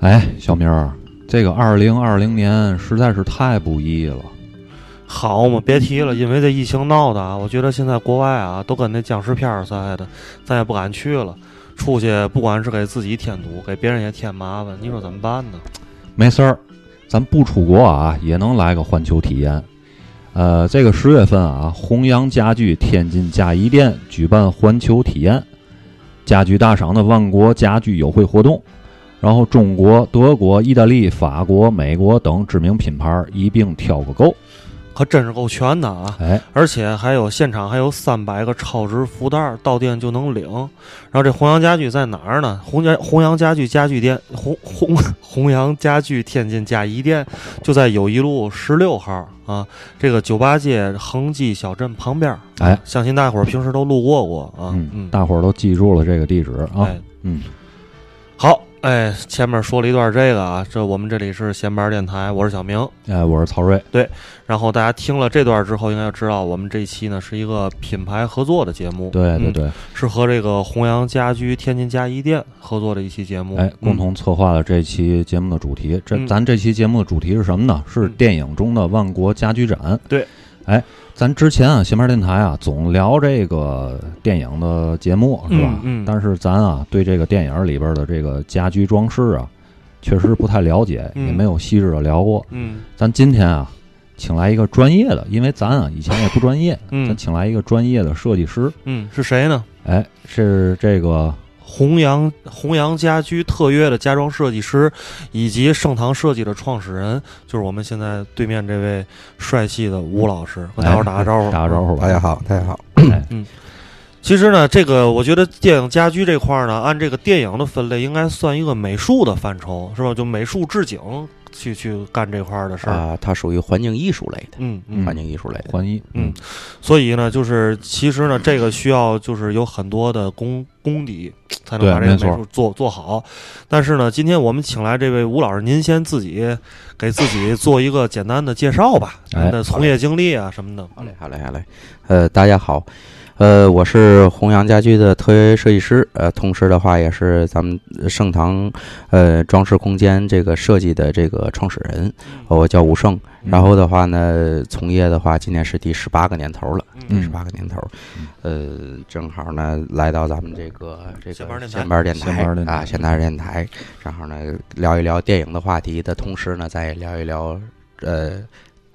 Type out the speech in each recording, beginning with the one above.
哎，小明儿，这个二零二零年实在是太不易了。好嘛，别提了，因为这疫情闹的啊，我觉得现在国外啊都跟那僵尸片儿似的，咱也不敢去了。出去不管是给自己添堵，给别人也添麻烦，你说怎么办呢？没事儿，咱不出国啊，也能来个环球体验。呃，这个十月份啊，弘扬家具天津嘉怡店举办环球体验家具大赏的万国家具友会活动，然后中国、德国、意大利、法国、美国等知名品牌一并挑个够。可真是够全的啊！哎，而且还有现场还有三百个超值福袋儿，到店就能领。然后这弘扬家具在哪儿呢？弘扬弘扬家具家具店，弘弘弘扬家具天津嘉怡店就在友谊路十六号啊，这个酒吧街恒基小镇旁边儿。哎，相信大伙儿平时都路过过啊。嗯，大伙儿都记住了这个地址啊。哎嗯，好，哎，前面说了一段这个啊，这我们这里是闲班儿电台，我是小明。哎，我是曹睿。然后大家听了这段之后，应该知道我们这一期呢是一个品牌合作的节目，对对嗯对，是和这个弘扬家居天津嘉怡店合作的一期节目，哎，共嗯同策划了这期节目的主题。这嗯咱这期节目的主题是什么呢？是嗯电影中的万国家居展。对，哎，咱之前啊，闲篇电台啊，总聊这个电影的节目是吧？嗯嗯但是咱啊，对这个电影里边的这个家居装饰啊，确实不太了解，嗯也没有细致的聊过。嗯咱今天啊，请来一个专业的，因为咱啊以前也不专业，咱嗯请来一个专业的设计师。嗯，是谁呢？哎，是这个弘扬弘扬家居特约的家装设计师，以及盛唐设计的创始人，就是我们现在对面这位帅气的吴老师，跟大伙儿打个招呼，哎打个招。呼吧。哎大家好，大家好。其实呢，这个我觉得电影家居这块儿呢，按这个电影的分类，应该算一个美术的范畴，是吧？就美术置景去去干这块儿的事儿。啊，它属于环境艺术类的，嗯嗯嗯，环境艺术类的。欢迎，嗯所以呢，就是其实呢，这个需要就是有很多的功功底才能对把这个没错美术做做好。但是呢，今天我们请来这位吴老师，您先自己给自己做一个简单的介绍吧，哎您的从业经历啊什么的。好嘞，好嘞，好嘞。呃，大家好，呃，我是弘扬家居的特约设计师，呃，同时的话也是咱们盛唐呃装饰空间这个设计的这个创始人，呃我叫吴胜。然后的话呢，从业的话，今年是第十八个年头了，嗯十八个年头。呃，正好呢，来到咱们这个这闲班儿个电台闲班儿电闲班儿电台啊，闲班儿电台，正好呢聊一聊电影的话题的同时呢，再聊一聊呃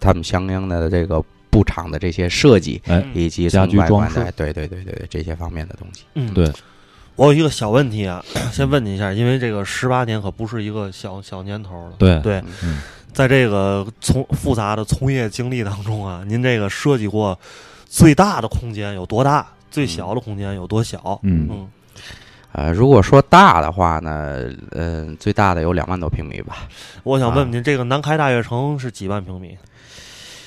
他们相应的这个布厂的这些设计。哎嗯以及家从居外装观的饰对对对对对这些方面的东西。嗯，对。我有一个小问题啊， 先问你一下，因为这个十八年可不是一个小小年头了。对对嗯，在这个从复杂的从业经历当中啊，您这个设计过最大的空间有多大？最小的空间有多小？嗯嗯呃，如果说大的话呢，嗯、最大的有两万多平米吧。我想问问啊您，这个南开大悦城是几万平米？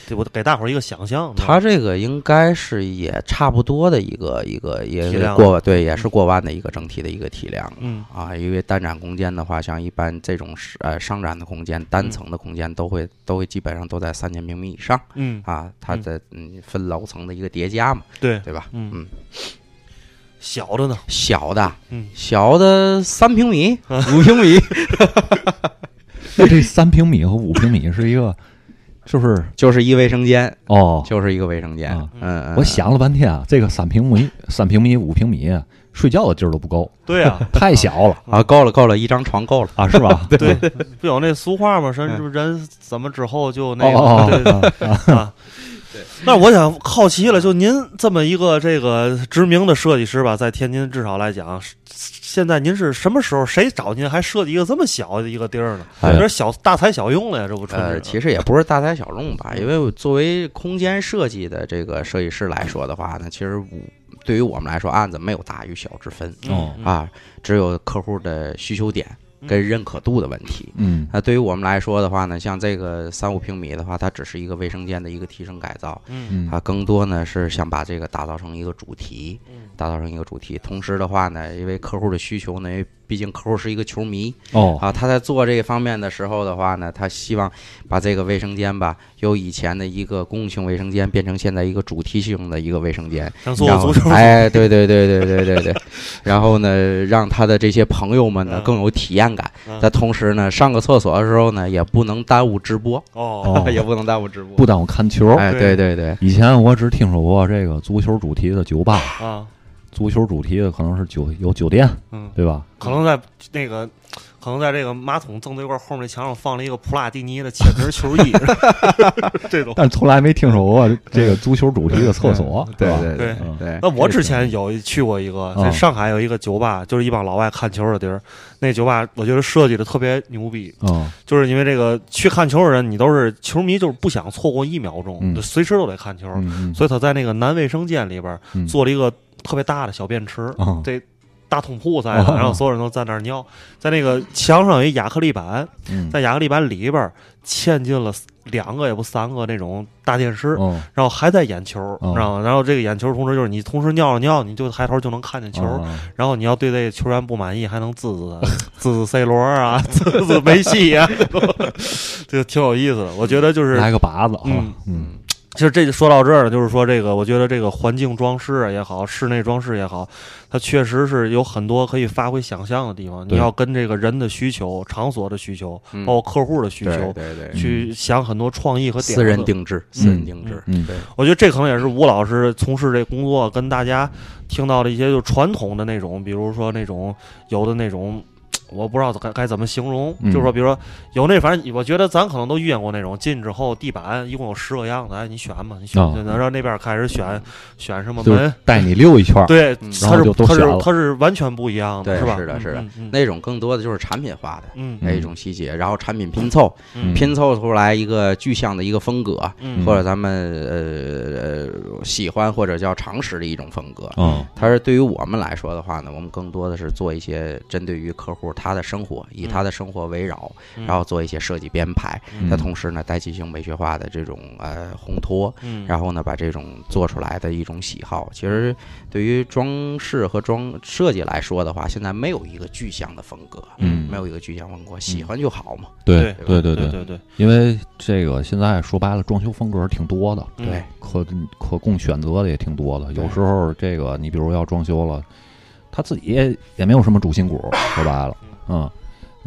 对，我给大伙儿一个想象。它这个应该是也差不多的一个一个也体量过对，也是过万的一个整体的一个体量。嗯啊，因为单展空间的话，像一般这种是呃商展的空间、单嗯层的空间都会都会基本上都在三千平米以上嗯，啊，它嗯的嗯分楼层的一个叠加嘛，对，对吧？嗯嗯小的呢？小的嗯小的三平 米、五平米，那 这三平米和五平米是一 个，是不是？就是一卫生间，哦，就是一个卫生间哦啊。嗯，嗯我想了半天啊，这个三平米、三平米、五平米，睡觉的劲儿都不够，，对啊太小 了啊，够了够了，一张床够了。啊，是吧？对，不有那俗话吗？说人怎么之后就那个哦对哦哦，啊。那我想好奇了，就您这么一个这个知名的设计师吧，在天津至少来讲，是现在您是什么时候谁找您还设计一个这么小的一个地儿呢？对有点小大材小用了呀，这不纯哎呃，是？其实也不是大材小用吧，嗯因为我作为空间设计的这个设计师来说的话呢，其实我对于我们来说，案子没有大与小之分哦嗯，啊，只有客户的需求点跟认可度的问题。嗯那对于我们来说的话呢，像这个三五平米的话，它只是一个卫生间的一个提升改造，嗯嗯它更多呢是想把这个打造成一个主题，嗯打造成一个主题。同时的话呢，因为客户的需求呢，因为毕竟客户是一个球迷哦，啊，他在做这方面的时候的话呢，他希望把这个卫生间吧，由以前的一个公共性卫生间变成现在一个主题性的一个卫生间，想做然个后足球，哎，对对对对对对对，然后呢，让他的这些朋友们呢嗯更有体验感嗯。但同时呢，上个厕所的时候呢，也不能耽误直播，哦，哦 也不能耽误直播。不耽误看球。哎，对对对对，以前我只听说过这个足球主题的酒吧，哦啊，足球主题的可能是酒有酒店，嗯，对吧？可能在那个，可能在这个马桶正对过后面那墙上放了一个普拉蒂尼的浅皮球衣， 这种。但是从来没听说过这个足球主题的厕所，对是吧对对嗯对哦对。那我之前有一去过一个，在嗯上海有一个酒吧，就是一帮老外看球的地儿。那酒吧我觉得设计的特别牛逼，嗯，就是因为这个去看球的人，你都是球迷，就是不想错过一秒钟，嗯就随时都得看球。嗯所以他在那个男卫生间里边嗯做了一个特别大的小便池，嗯这大通铺在那哦儿，然后所有人都在那儿尿。在那个墙上有一亚克力板，嗯，在亚克力板里边嵌进了两个也不三个那种大电视，嗯然后还在眼球哦，然后然后这个眼球同时就是你同时尿了尿，你就抬头就能看见球，哦嗯然后你要对这个球员不满意，还能滋 滋他滋滋 C 罗啊， 滋滋梅西啊， 这挺有意思的。我觉得就是来个靶子，好吧嗯嗯其实这就说到这儿了，就是说这个，我觉得这个环境装饰也好，室内装饰也好，它确实是有很多可以发挥想象的地方。你对要跟这个人的需求、场所的需求，嗯包括客户的需对求，对对，去想很多创意和点子。私人定制，私人定制，嗯对，我觉得这可能也是吴老师从事这工作跟大家听到的一些就传统的那种，比如说那种有的那种。我不知道该该怎么形容，嗯就是说，比如说有那反正我觉得咱可能都遇见过那种进之后地板一共有十个样子，哎，你选吧，你选啊哦，然后那边开始选选什么就是门，带你溜一圈儿，对，嗯它然后是就都它选了是它是完全不一样的，对是吧？是的是的嗯，嗯那种更多的就是产品化的。嗯哎，一种细节，然后产品拼凑，嗯拼凑出来一个具象的一个风格，嗯或者咱们呃呃喜欢或者叫常识的一种风格。嗯它是对于我们来说的话呢，我们更多的是做一些针对于客户他的生活，以他的生活为绕，嗯然后做一些设计编排。嗯那同时呢，带进行美学化的这种呃烘托，嗯，然后呢，把这种做出来的一种喜好，其实对于装饰和装设计来说的话，现在没有一个具象的风格，嗯没有一个具象风格，喜欢就好嘛。对对对对对，对，因为这个现在说白了，装修风格挺多的，嗯对，可可供选择的也挺多的。对有时候这个你比如要装修了，他自己也也没有什么主心骨，说白了，嗯。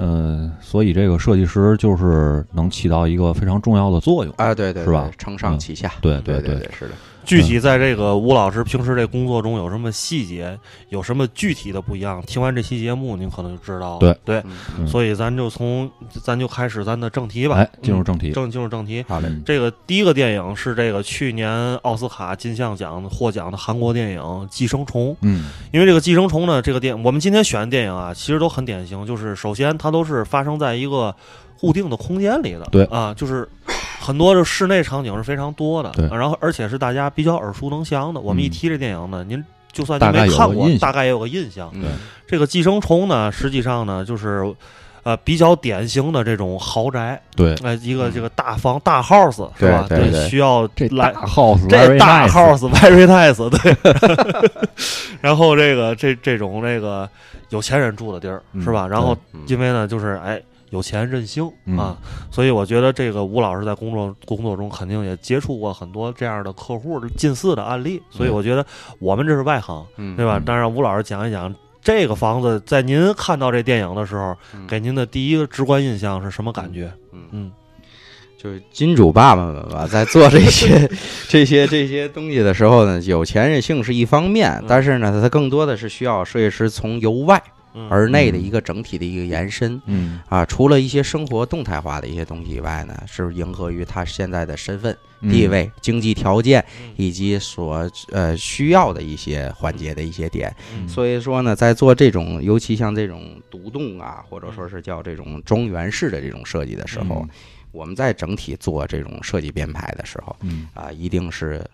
嗯，所以这个设计师就是能起到一个非常重要的作用。啊，对对，是吧对承上嗯启下，对对对，对，是的。具体在这个吴老师平时这工作中有什么细节，有什么具体的不一样？听完这期节目，您可能就知道了。对对，嗯嗯所以咱就从咱就开始咱的正题吧。哎，进入嗯正题。正进入正题。好嘞，嗯这个第一个电影是这个去年奥斯卡金像奖获奖的韩国电影《寄生虫》。嗯因为这个《寄生虫》呢，这个电我们今天选的电影啊，其实都很典型，就是首先它都是发生在一个固定的空间里的，对啊，就是很多的室内场景是非常多的，对然后而且是大家比较耳熟能详的。我们嗯一提这电影呢，您就算大您概没有看个过印，象大概也有个印象。对嗯，这个《寄生虫》呢，实际上呢，就是。呃，比较典型的这种豪宅，对，呃，一个嗯这个大房大 house 是吧？对对对需要这来大 house，这 very 大 nice house very nice，对。然后这个这这种这个有钱人住的地儿、嗯是吧？然后嗯因为呢，就是哎。有钱任性嗯啊，所以我觉得这个吴老师在工作工作中肯定也接触过很多这样的客户近似的案例，所以我觉得我们这是外行，嗯对吧嗯？当然，吴老师讲一讲这个房子，在您看到这电影的时候，嗯给您的第一个直观印象是什么感觉？嗯，嗯就是金主爸爸们吧，在做这些 这些这些东西的时候呢，有钱任性是一方面嗯，但是呢，它更多的是需要设计师从由外嗯，而内的一个整体的一个延伸。嗯啊，除了一些生活动态化的一些东西以外呢，是迎合于他现在的身份、嗯地位、经济条件嗯以及所呃需要的一些环节的一些点。嗯所以说呢，在做这种，尤其像这种独栋啊，或者说嗯是叫这种庄园式的这种设计的时候，嗯我们在整体做这种设计编排的时候嗯啊，一定是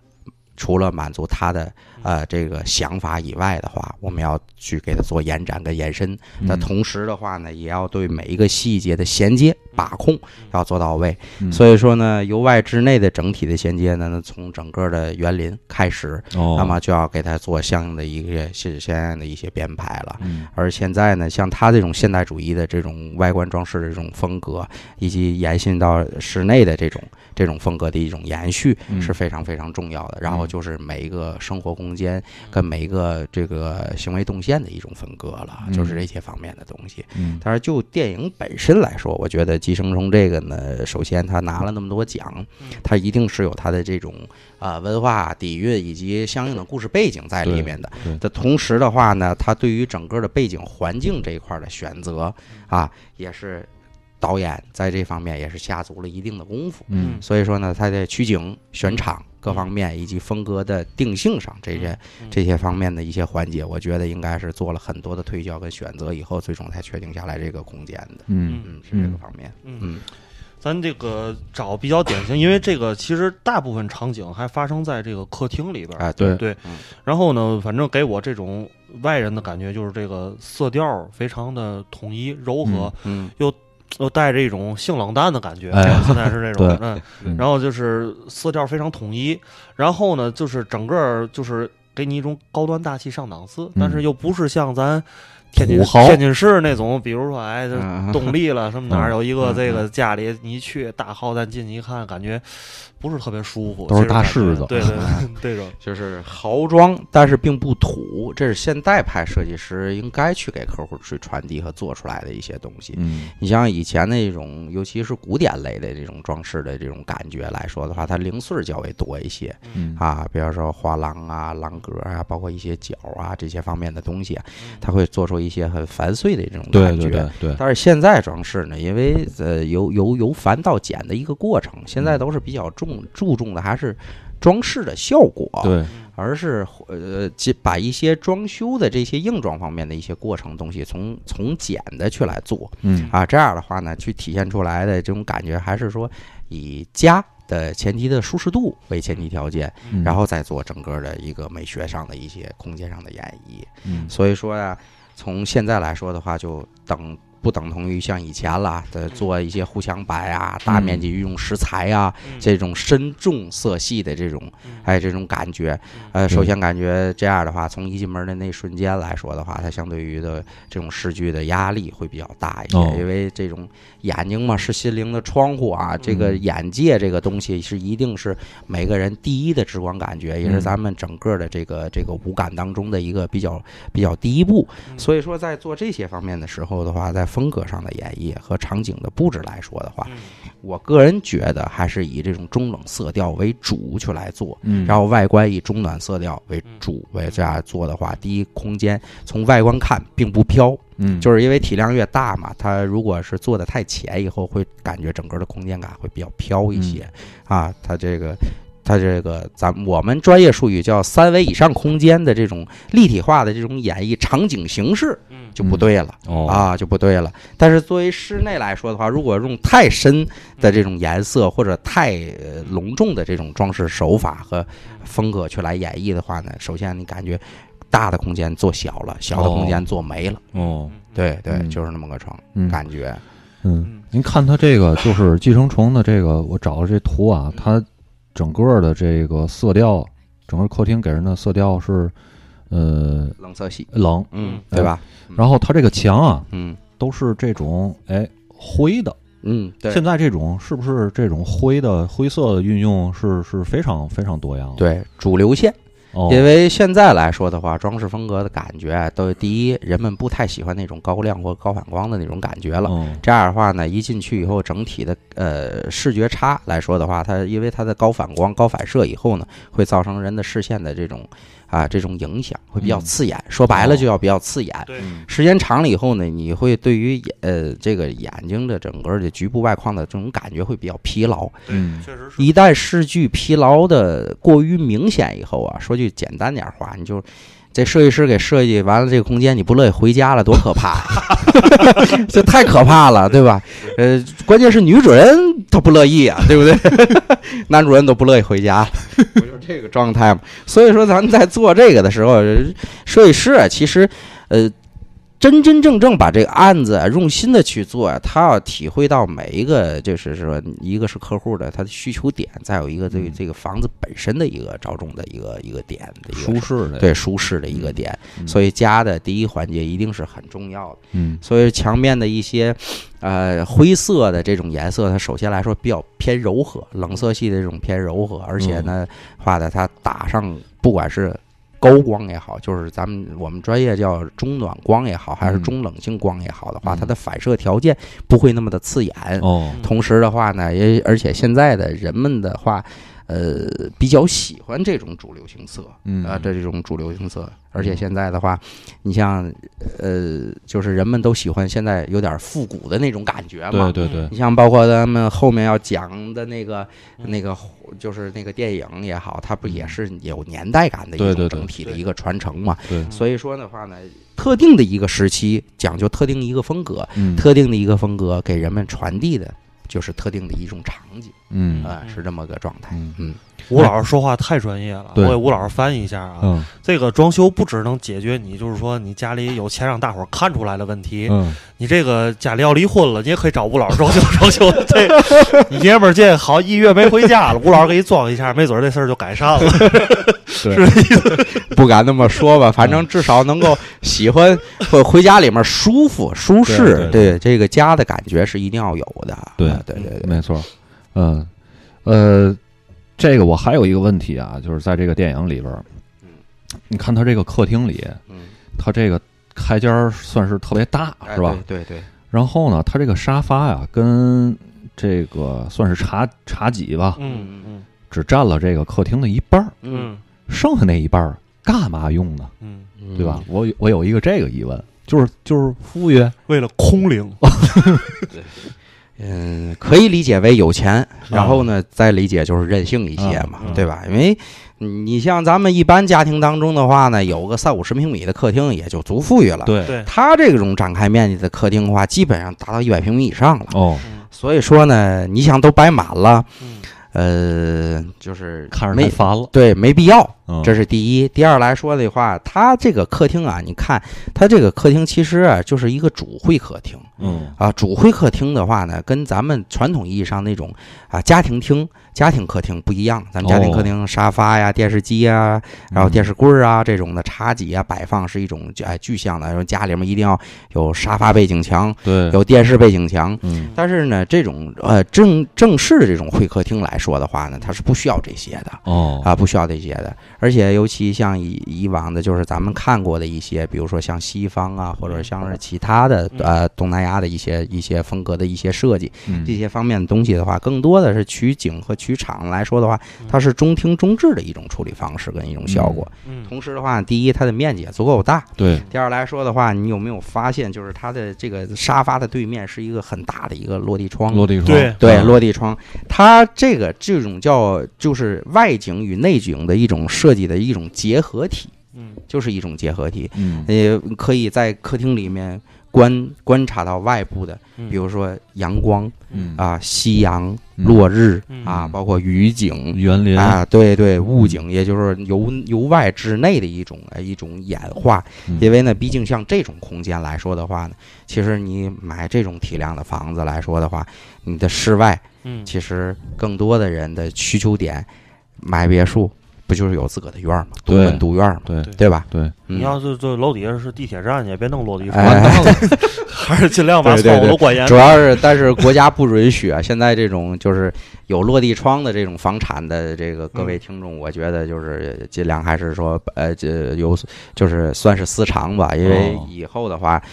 除了满足他的呃这个想法以外的话，我们要去给它做延展跟延伸。那嗯同时的话呢，也要对每一个细节的衔接把控要做到位。嗯所以说呢，由外至内的整体的衔接呢，那从整个的园林开始，哦，那么就要给它做相应的一个是相应的一些编排了。嗯而现在呢，像它这种现代主义的这种外观装饰的这种风格，以及延续到室内的这种这种风格的一种延续，嗯是非常非常重要的。然后嗯就是每一个生活空间跟每一个这个行为动线的一种分割了，就是嗯这些方面的东西。嗯但是就电影本身来说，我觉得《寄生虫》这个呢，首先它拿了那么多奖，嗯它一定是有它的这种啊文化底蕴以及相应的故事背景在里面的对对。的同时的话呢，它对于整个的背景环境这一块的选择嗯啊，也是导演在这方面也是下足了一定的功夫。嗯所以说呢，它在取景、选场各方面以及风格的定性上，这些这些方面的一些环节，我觉得应该是做了很多的推敲跟选择以后，最终才确定下来这个空间的。嗯嗯，是这个方面。嗯，咱这个找比较典型，因为这个其实大部分场景还发生在这个客厅里边儿。啊，对对嗯，然后呢，反正给我这种外人的感觉就是这个色调非常的统一、柔和，嗯，又带着一种性冷淡的感觉。哎现在是这种对，嗯，嗯然后就是色调非常统一，然后呢，就是整个就是给你一种高端大气上档次，但是又不是像咱天津嗯土豪天津市那种，比如说哎，这嗯动力了什么哪儿嗯有一个这嗯个家里你一去大浩咱进去一看，感觉不是特别舒服，都是这种大感觉柿子对对 对，这种就是豪装，但是并不土，这是现代派设计师应该去给客户去传递和做出来的一些东西。嗯你像以前那种，尤其是古典类的这种装饰的这种感觉来说的话，它零碎儿较为多一些嗯啊，比方说画廊啊、廊格啊，包括一些角啊这些方面的东西啊，嗯它会做出一些很繁碎的这种对感觉。对对对，但是现在装饰呢，因为呃由由由繁到简的一个过程，现嗯在都是比较重注重的还是装饰的效果，对，而是呃即把一些装修的这些硬装方面的一些过程东西从从简的去来做嗯啊，这样的话呢，去体现出来的这种感觉还是说以家。的前提的舒适度为前提条件，嗯然后再做整个的一个美学上的一些空间上的演绎。嗯所以说呀、从现在来说的话，就等不等同于像以前了的做一些互相摆啊、大面积运用食材啊、嗯这种深重色系的这种，哎，这种感觉，呃，嗯首先感觉这样的话，从一进门的那瞬间来说的话，它相对于的这种视距的压力会比较大一些，哦因为这种眼睛嘛是心灵的窗户啊，这个嗯眼界这个东西是一定是每个人第一的直观感觉，也嗯是咱们整个的这个这个五感当中的一个比较比较第一步。所以说，在做这些方面的时候的话，在风格上的演绎和场景的布置来说的话，嗯我个人觉得还是以这种中冷色调为主去来做。嗯，然后外观以中暖色调为主，为这样做的话，第一空间从外观看并不飘，嗯就是因为体量越大嘛，它如果是做的太浅，以后会感觉整个的空间感会比较飘一些、嗯啊。它这个，它这个，咱我们专业术语叫三维以上空间的这种立体化的这种演绎场景形式，嗯就不对了。哦啊，就不对了。但是作为室内来说的话，如果用太深嗯的这种颜色或者太呃隆重的这种装饰手法和风格去来演绎的话呢，首先你感觉大的空间做小了，小的空间做没了。哦对对，嗯就是那么个状嗯感觉。嗯，您看它这个就是寄生虫的这个，我找了这图啊，它整个的这个色调，整个客厅给人的色调是呃冷色系，冷，嗯嗯，对吧？然后它这个墙啊嗯都是这种哎灰的。嗯，对现在这种是不是这种灰的灰色的运用是是非常非常多样的？对主流线。哦，因为现在来说的话，装饰风格的感觉啊都第一，人们不太喜欢那种高亮或高反光的那种感觉了。嗯这样的话呢，一进去以后，整体的呃视觉差来说的话，它因为它的高反光、高反射以后呢，会造成人的视线的这种啊这种影响，会比较嗯刺眼。说白了哦就要比较刺眼。对时间长了以后呢，你会对于眼呃这个眼睛的整个的局部外框的这种感觉会比较疲劳。嗯确实是一旦视距疲劳的过于明显以后啊，说句简单点儿话，你就这设计师给设计完了这个空间，你不乐意回家了，多可怕呀！ 这太可怕了，对吧？呃，关键是女主人她不乐意啊，对不对？ 男主人都不乐意回家了，不就是这个状态嘛？所以说，咱们在做这个的时候，设计师啊，其实呃，真真正正把这个案子啊用心的去做啊，他要体会到每一个，就是说，一个是客户的他的需求点，再有一个对于嗯这个房子本身的一个着重的一个一个点的一舒个适的，对舒适的一个点，嗯所以家的第一环节一定是很重要的。嗯所以墙面的一些，呃，灰色的这种颜色，它首先来说比较偏柔和，冷色系的这种偏柔和，而且呢，嗯画的它打上不管是高光也好，就是咱们我们专业叫中暖光也好，还是嗯中冷性光也好的话，嗯它的反射条件不会那么的刺眼。哦，同时的话呢，也而且现在的人们的话，呃，比较喜欢这种主流型色，嗯啊，这这种主流型色。而且现在的话，你像呃，就是人们都喜欢现在有点复古的那种感觉嘛对。对对，你像包括咱们后面要讲的那个嗯那个，就是那个电影也好，它不也是有年代感的嗯对一对对种整体的一个传承嘛？对嗯所以说的话呢，特定的一个时期讲究特定一个风格，嗯特定的一个风格给人们传递的就是特定的一种场景嗯啊、是这么个状态。嗯嗯，吴老师说话太专业了，我对给吴老师翻译一下啊。嗯这个装修不只能解决你就是说你家里有钱让大伙儿看出来的问题，嗯，你这个家里要离婚了，你也可以找吴老师装修装修。 这 你爷们儿这好一月没回家了，吴老师给你装一下，没准儿这事儿就改善了。不敢那么 说吧，反正至少能够喜欢或回家里面舒服舒适，对对这个家的感觉是一定要有的。对啊对对对，没错，嗯呃，这个我还有一个问题啊，就是在这个电影里边儿，你看他这个客厅里，嗯，他这个开间儿算是特别大，哎啊是吧？？对对对，然后呢，他这个沙发呀，跟这个算是茶茶几吧，嗯嗯只占了这个客厅的一半儿，嗯嗯剩下那一半儿干嘛用呢？嗯，对吧？？我有我有一个这个疑问，就是就是服务员，为了空灵，嗯，可以理解为有钱，啊然后呢，再理解就是任性一些嘛，嗯嗯对吧？因为你像咱们一般家庭当中的话呢，有个三五十平米的客厅也就足富裕了。对对，它这种展开面积的客厅的话，基本上达到一百平米以上了。哦，嗯所以说呢，你想都摆满了，嗯呃，就是看着没太烦了，对没必要，嗯，这是第一。第二来说的话，它这个客厅啊，你看它这个客厅其实啊就是一个主会客厅嗯啊，主会客厅的话呢，跟咱们传统意义上那种啊家庭厅、家庭客厅不一样。咱们家庭哦客厅沙发呀、电视机呀，嗯然后电视柜儿啊这种的茶几啊摆放是一种哎具象的，然后家里面一定要有沙发背景墙，对，有电视背景墙。嗯但是呢，这种呃正正式的这种会客厅来说的话呢，它是不需要这些的哦啊，不需要这些的。而且尤其像以以往的，就是咱们看过的一些，比如说像西方啊，或者像是其他的呃东南亚的一些一些风格的一些设计，嗯这些方面的东西的话，更多的是取景和取场来说的话嗯，它是中听中致的一种处理方式跟一种效果。嗯同时的话，第一，它的面积也足够大，对，第二来说的话，你有没有发现，就是它的这个沙发的对面是一个很大的一个落地窗？啊落地窗，对对，嗯落地窗，它这个这种叫就是外景与内景的一种设计的一种结合体，嗯就是一种结合体。嗯呃，可以在客厅里面观观察到外部的，嗯比如说阳光嗯啊、夕阳、嗯落日嗯啊，包括雨景，园林啊，对对，物景，也就是由由外至内的一种呃一种演化嗯。因为呢，毕竟像这种空间来说的话呢，其实你买这种体量的房子来说的话，你的室外嗯其实更多的人的需求点，买别墅不就是有自个的院儿吗？独对门独院儿嘛，对对对吧？对，嗯你要是这楼底下是地铁站，也别弄落地窗，哎了， 还是尽量把对对窗户对都关严主。要是，但是国家不允许啊。现在这种就是有落地窗的这种房产的这个各嗯位听众，我觉得就是尽量还是说，呃，这有就是算是私藏吧，因为哦以后的话。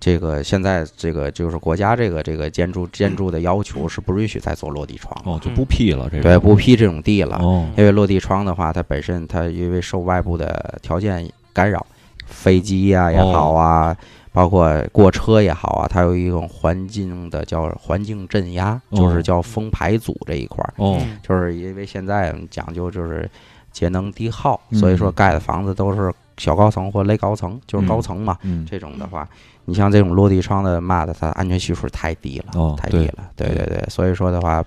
这个现在这个就是国家这个这个建筑建筑的要求是不允许再做落地窗，哦，就不批了，这个对，不批这种地了，哦，因为落地窗的话，它本身它因为受外部的条件干扰，飞机呀、哦也好啊，包括过车也好啊，它有一种环境的叫环境镇压，哦就是叫风排阻这一块儿，哦，嗯就是因为现在讲究就是节能低耗，嗯所以说盖的房子都是小高层或类高层，就是高嗯层嘛。嗯，这种的话，你像这种落地窗的嘛的，它安全系数太低了，哦太对低了。对对对，所以说的话，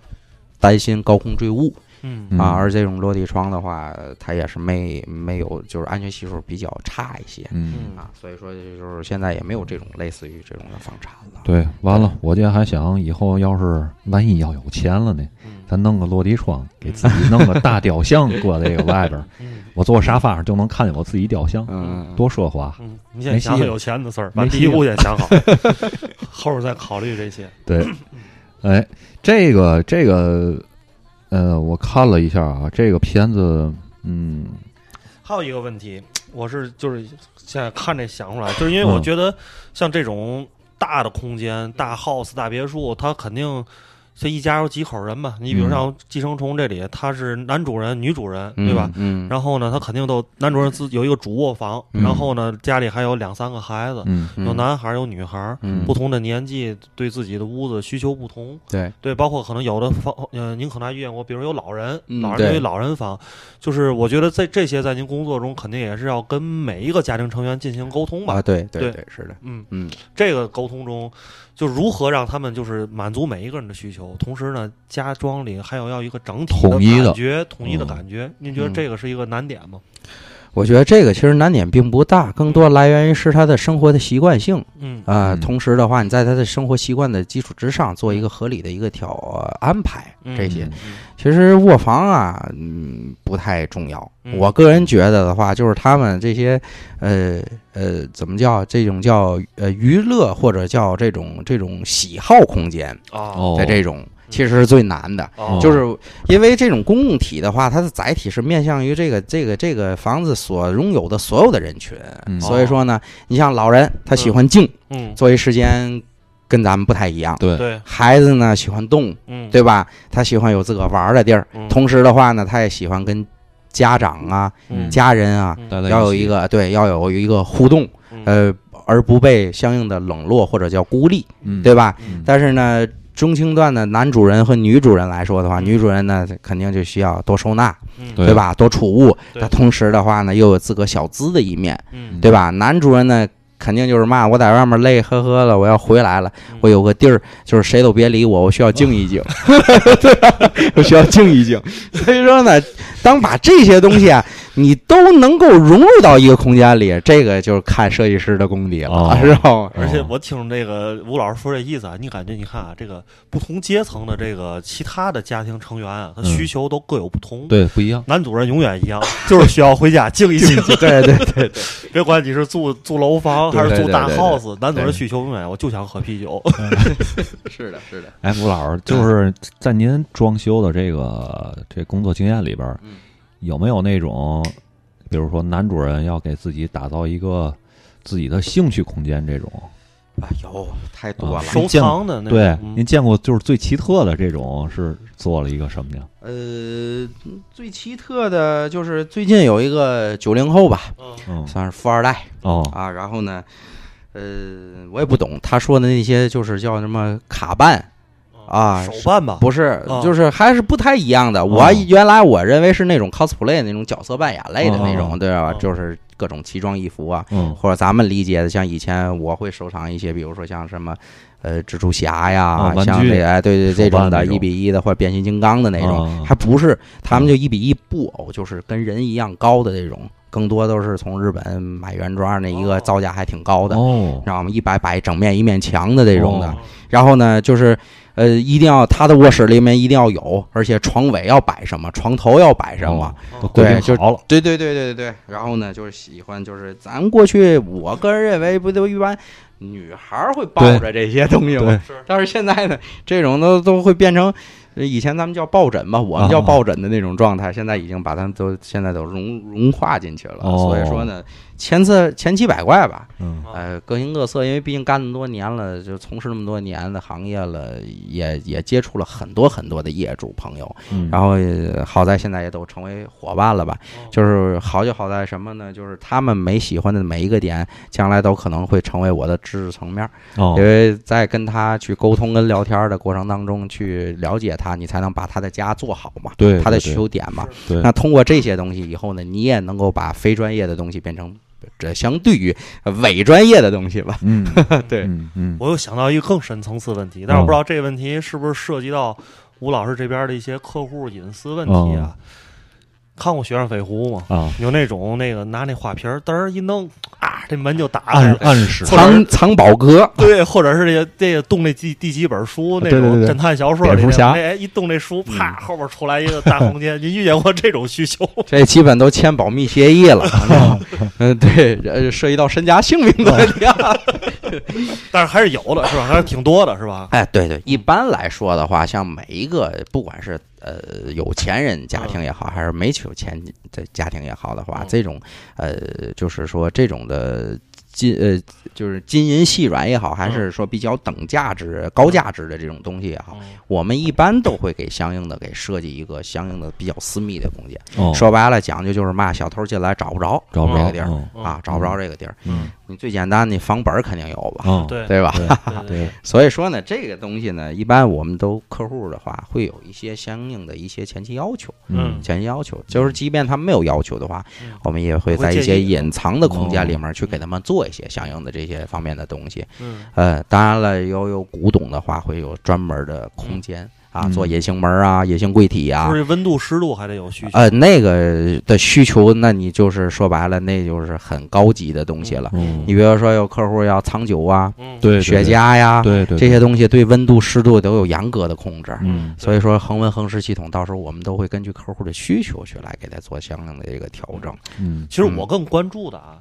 担心高空坠物嗯嗯啊，而这种落地窗的话，它也是没没有，就是安全系数比较差一些嗯，啊，所以说就是现在也没有这种类似于这种的房产了。对，完了，我这还想以后要是万一要有钱了呢，嗯咱弄个落地窗，给自己弄个大雕像搁这个外边儿，嗯我坐沙发上就能看见我自己雕像，嗯，多奢华。嗯，你先想没戏好了有钱的事儿，把没第戏一了步先想 好，后边再考虑这些。对，哎，这个这个，呃，我看了一下啊，这个片子，嗯还有一个问题，我是就是现在看这想出来，就是因为我嗯觉得像这种大的空间、大 house、大别墅，它肯定这一家有几口人吧？你比如嗯像《寄生虫》这里，它是男主人、女主人，嗯对吧？？嗯，然后呢，他肯定都男主人自有一个主卧房，嗯然后呢，家里还有两三个孩子，嗯嗯有男孩儿有女孩儿，嗯不同的年纪对自己的屋子需求不同，对，对，包括可能有的房，呃，您可能还遇见过，比如有老人，嗯老人对有一老人房，就是我觉得在这些在您工作中，肯定也是要跟每一个家庭成员进行沟通吧。啊，对对对，是的，嗯，嗯这个沟通中，就如何让他们就是满足每一个人的需求，同时呢，家装里还有要一个整体统一的感觉，统一的嗯感觉。您觉得嗯这个是一个难点吗？我觉得这个其实难点并不大，更多来源于是他的生活的习惯性嗯嗯啊、嗯同时的话，你在他的生活习惯的基础之上，做一个合理的一个调、呃安排。这些、嗯其实卧房啊，嗯，不太重要。嗯我个人觉得的话，就是他们这些呃呃，怎么叫这种叫呃娱乐或者叫这种这种喜好空间，啊，哦，在这种、其实是最难的。哦就是因为这种公共体的话，它的载体是面向于这个这个这个房子所拥有的所有的人群，嗯所以说呢，你像老人他喜欢静，哦嗯，作息时间跟咱们不太一样；对，对，孩子呢喜欢动，嗯，对吧？他喜欢有自个儿玩儿的地儿，嗯同时的话呢，他也喜欢跟家长啊、嗯家人啊嗯待在要有起一个对要有一个互动，嗯呃，而不被相应的冷落或者叫孤立，嗯对吧？嗯但是呢，中青段的男主人和女主人来说的话，女主人呢肯定就需要多收纳，嗯对对吧？多储物，对他同时的话呢又有自个小资的一面，嗯对吧？男主人呢肯定就是嘛，我在外面累呵呵了，我要回来了，嗯我有个地儿，就是谁都别理我，我需要静一 静，对吧？我需要静一静。所以说呢，当把这些东西啊，你都能够融入到一个空间里，这个就是看设计师的功底了，哦知道吗？而且我听这个吴老师说这意思啊，你感觉你看啊，这个不同阶层的这个其他的家庭成员啊，他嗯需求都各有不同。，对不一样，男主人永远一样，就是需要回家静一静，对对 对别管你是住住楼房还是对对住大对对 house，男主人对需求永远我就想喝啤酒。 是的，是的，哎，吴老师，就是在您装修的这个这工作经验里边儿嗯，有没有那种，比如说男主人要给自己打造一个自己的兴趣空间这种？啊，有太多了啊。收藏的那种对，嗯您见过就是最奇特的这种是做了一个什么呀？呃，最奇特的就是最近有一个九零后吧，嗯嗯，算是富二代哦，啊，然后呢。呃，我也不懂，他说的那些就是叫什么卡办，啊嗯手办吧，不是，啊哦就是还是不太一样的。我原来我认为是那种 cosplay 那种角色扮演类的那哦哦种，对吧哦？就是各种奇装异服啊，嗯，或者咱们理解的，像以前我会收藏一些，比如说像什么，呃，蜘蛛侠啊呀，玩像具这哎，对对，这手办种那的，种一比一的，或者变形金刚的那种，啊还不是他们就一比一布偶，就是跟人一样高的那种，更多都是从日本买原装那一哦个造价还挺高的，哦你，知道吗？一百摆整面一面墙的这种的哦，然后呢，就是呃，一定要他的卧室里面一定要有，而且床尾要摆什么，床头要摆什么。哦都规对，定就好了，对对对对对对。然后呢，就是喜欢，就是咱过去，我个人认为不都一般，女孩儿会抱着这些东西对吗？但是现在呢，这种都都会变成。呃以前咱们叫抱枕吧，我们叫啊抱枕的那种状态，现在已经把它们都现在都融融化进去了。哦所以说呢，千次千奇百怪吧，嗯，呃，各形各色，因为毕竟干那么多年了，就从事那么多年的行业了，也也接触了很多很多的业主朋友，嗯哦然后呃好在现在也都成为伙伴了吧。就是好就好在什么呢？就是他们没喜欢的每一个点，将来都可能会成为我的知识层面儿，因哦，为在跟他去沟通、跟聊天的过程当中，去了解他，你才能把他的家做好嘛，对，他的对需求点嘛。对，那通过这些东西以后呢，你也能够把非专业的东西变成这相对于伪专业的东西吧。嗯， 对，嗯嗯，我又想到一个更深层次问题，但是我嗯不知道这个问题是不是涉及到吴老师这边的一些客户隐私问题啊？嗯看过《雪上飞狐》吗？啊，有那种那个拿那花瓶儿嘚儿一弄啊，这门就打开暗了。暗示或者藏藏宝阁，对，或者是这个这个动那第第几本书那对对种对对侦探小说里那蝙蝠侠种，哎，一动那书，啪，后边出来一个大空间。您遇见过这种需求？ 这基本都签保密协议 了。你知道吗嗯，对，呃涉及到身家性命的问题啊。但是还是有的，是吧？还是挺多的，是吧？哎，对嗯对，一般来说的话，像每一个不管是呃有钱嗯人家庭也好，还是没有钱的家庭也好的话嗯，这种呃就是说这种的金呃就是金银细软嗯也好，还是说比较等价值、高价值的这种东西也嗯好，我们一般都会给相应的给设计一个相应的比较私密的空间。哦，说白了，讲究就是嘛，小偷进来找不着找不这着个地儿嗯嗯啊，找不着这个地儿。嗯你最简单，你房本儿肯定有吧，嗯，对啊对吧？对对对，所以说呢，这个东西呢，一般我们都客户的话，会有一些相应的一些前期要求，嗯嗯前期要求就是，即便他们没有要求的话嗯，我们也会在一会些建议隐藏的空间里面去给他们做一些相应的这些方面的东西。嗯呃，当然了，有有古董的话，会有专门的空间啊，嗯做隐形门啊、隐形柜体啊就。是温度、湿度还得有需求。呃，那个的需求，那你就是说白了，那就是很高级的东西了。嗯你比如说，有客户要藏酒啊、嗯，对雪，茄呀，对对对这些东西对温度、湿度都有严格的控制。嗯所以说，恒温恒湿系统到时候我们都会根据客户的需求去来给他做相应的一个调整。嗯其实我更关注的啊，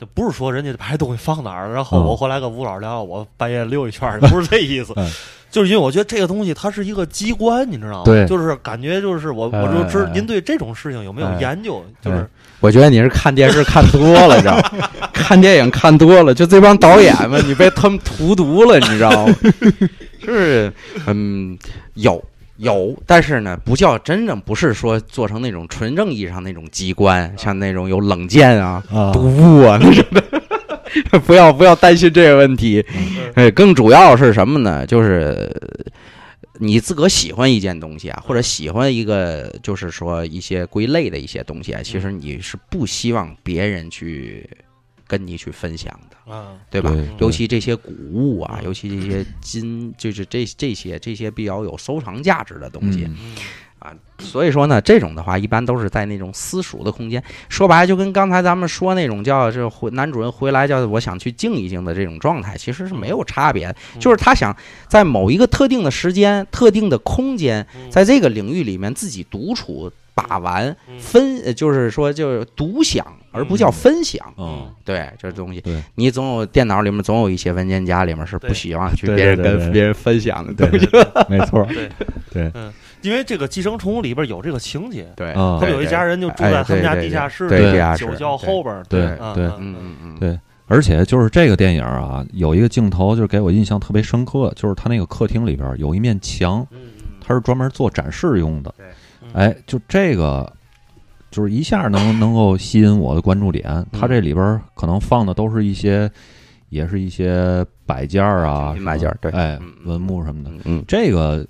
就不是说人家把这东西放哪儿了，然后我嗯回来跟吴老师聊，我半夜溜一圈儿， 不是这意思嗯。就是因为我觉得这个东西它是一个机关，你知道吗？对哎就是感觉就是我，我就知您对这种事情有没有研究？就是我觉得你是看电视看多了，你知道吗？ 看电影看多了，就这帮导演们，你被他们荼毒了，你知道吗？ 就是，嗯，有有，但是呢，不叫真正不是说做成那种纯正意义上那种机关，像那种有冷箭啊、啊毒物啊那种的。 不要不要担心这个问题，哎，更主要是什么呢？就是你自个儿喜欢一件东西啊，嗯或者喜欢一个，就是说一些归类的一些东西啊，其嗯实你是不希望别人去跟你去分享的，啊，对吧？对嗯尤其这些古物啊，嗯尤其这些金，就是这这些这些比较有收藏价值的东西，嗯嗯所以说呢，这种的话一般都是在那种私塾的空间，说白了就跟刚才咱们说那种叫这回男主人回来叫我想去静一静的这种状态，其实是没有差别的，就是他想在某一个特定的时间、特定的空间，嗯在这个领域里面自己独处把玩嗯分，呃就是说就是独享，而不叫分享。嗯哦，对，这东西对，你总有电脑里面总有一些文件夹里面是不对希望去对别人对对对跟别人分享 的对东西。 没错，对对嗯，因为这个《寄生虫》里边有这个情节，对，啊他们有一对家人就住在他们家地下室，对哎对地下室酒窖后边儿，对嗯对嗯嗯嗯嗯。对而且就是这个电影啊，有一个镜头就是给我印象特别深刻，就是他那个客厅里边有一面墙，它是专门做展示用的。嗯哎，就这个，就是一下 能能够吸引我的关注嗯点。它这里边可能放的都是一些，也是一些摆件儿啊，精品摆件儿什么对哎嗯，嗯文物什么的。嗯嗯，这个，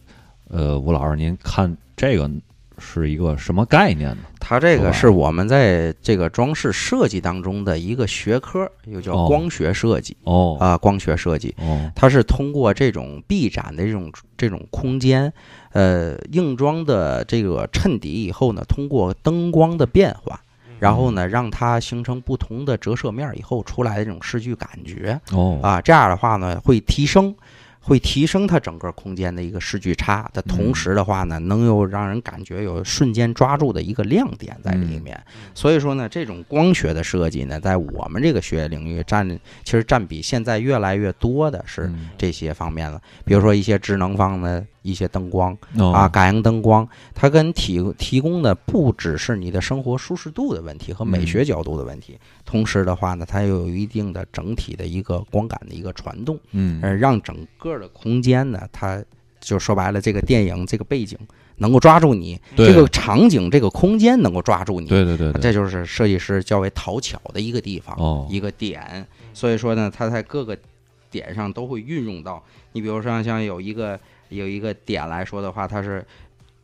呃，吴老师，您看这个是一个什么概念呢？它这说白个了是我们在这个装饰设计当中的一个学科，又叫哦光学设计哦，啊、光学设计。哦，它是通过这种臂展的这种这种空间，呃，硬装的这个衬底以后呢，通过灯光的变化，嗯然后呢，让它形成不同的折射面儿以后出来的这种视距感觉哦，啊，这样的话呢，会提升。会提升它整个空间的一个视距差的同时的话呢，能有让人感觉有瞬间抓住的一个亮点在里面。所以说呢，这种光学的设计呢，在我们这个学领域占其实占比现在越来越多的是嗯这些方面了，比如说一些智能方的一些灯光哦啊，感应灯光，它跟提提供的不只是你的生活舒适度的问题和美学角度的问题，嗯同时的话呢，它又有一定的整体的一个光感的一个传动，嗯呃，让整个的空间呢，它就说白了，这个电影这个背景能够抓住你，对这个场景这个空间能够抓住你，对对对对，这就是设计师较为讨巧的一个地方。哦，啊一个点，所以说呢，它在各个点上都会运用到。你比如说像有一个有一个点来说的话，它是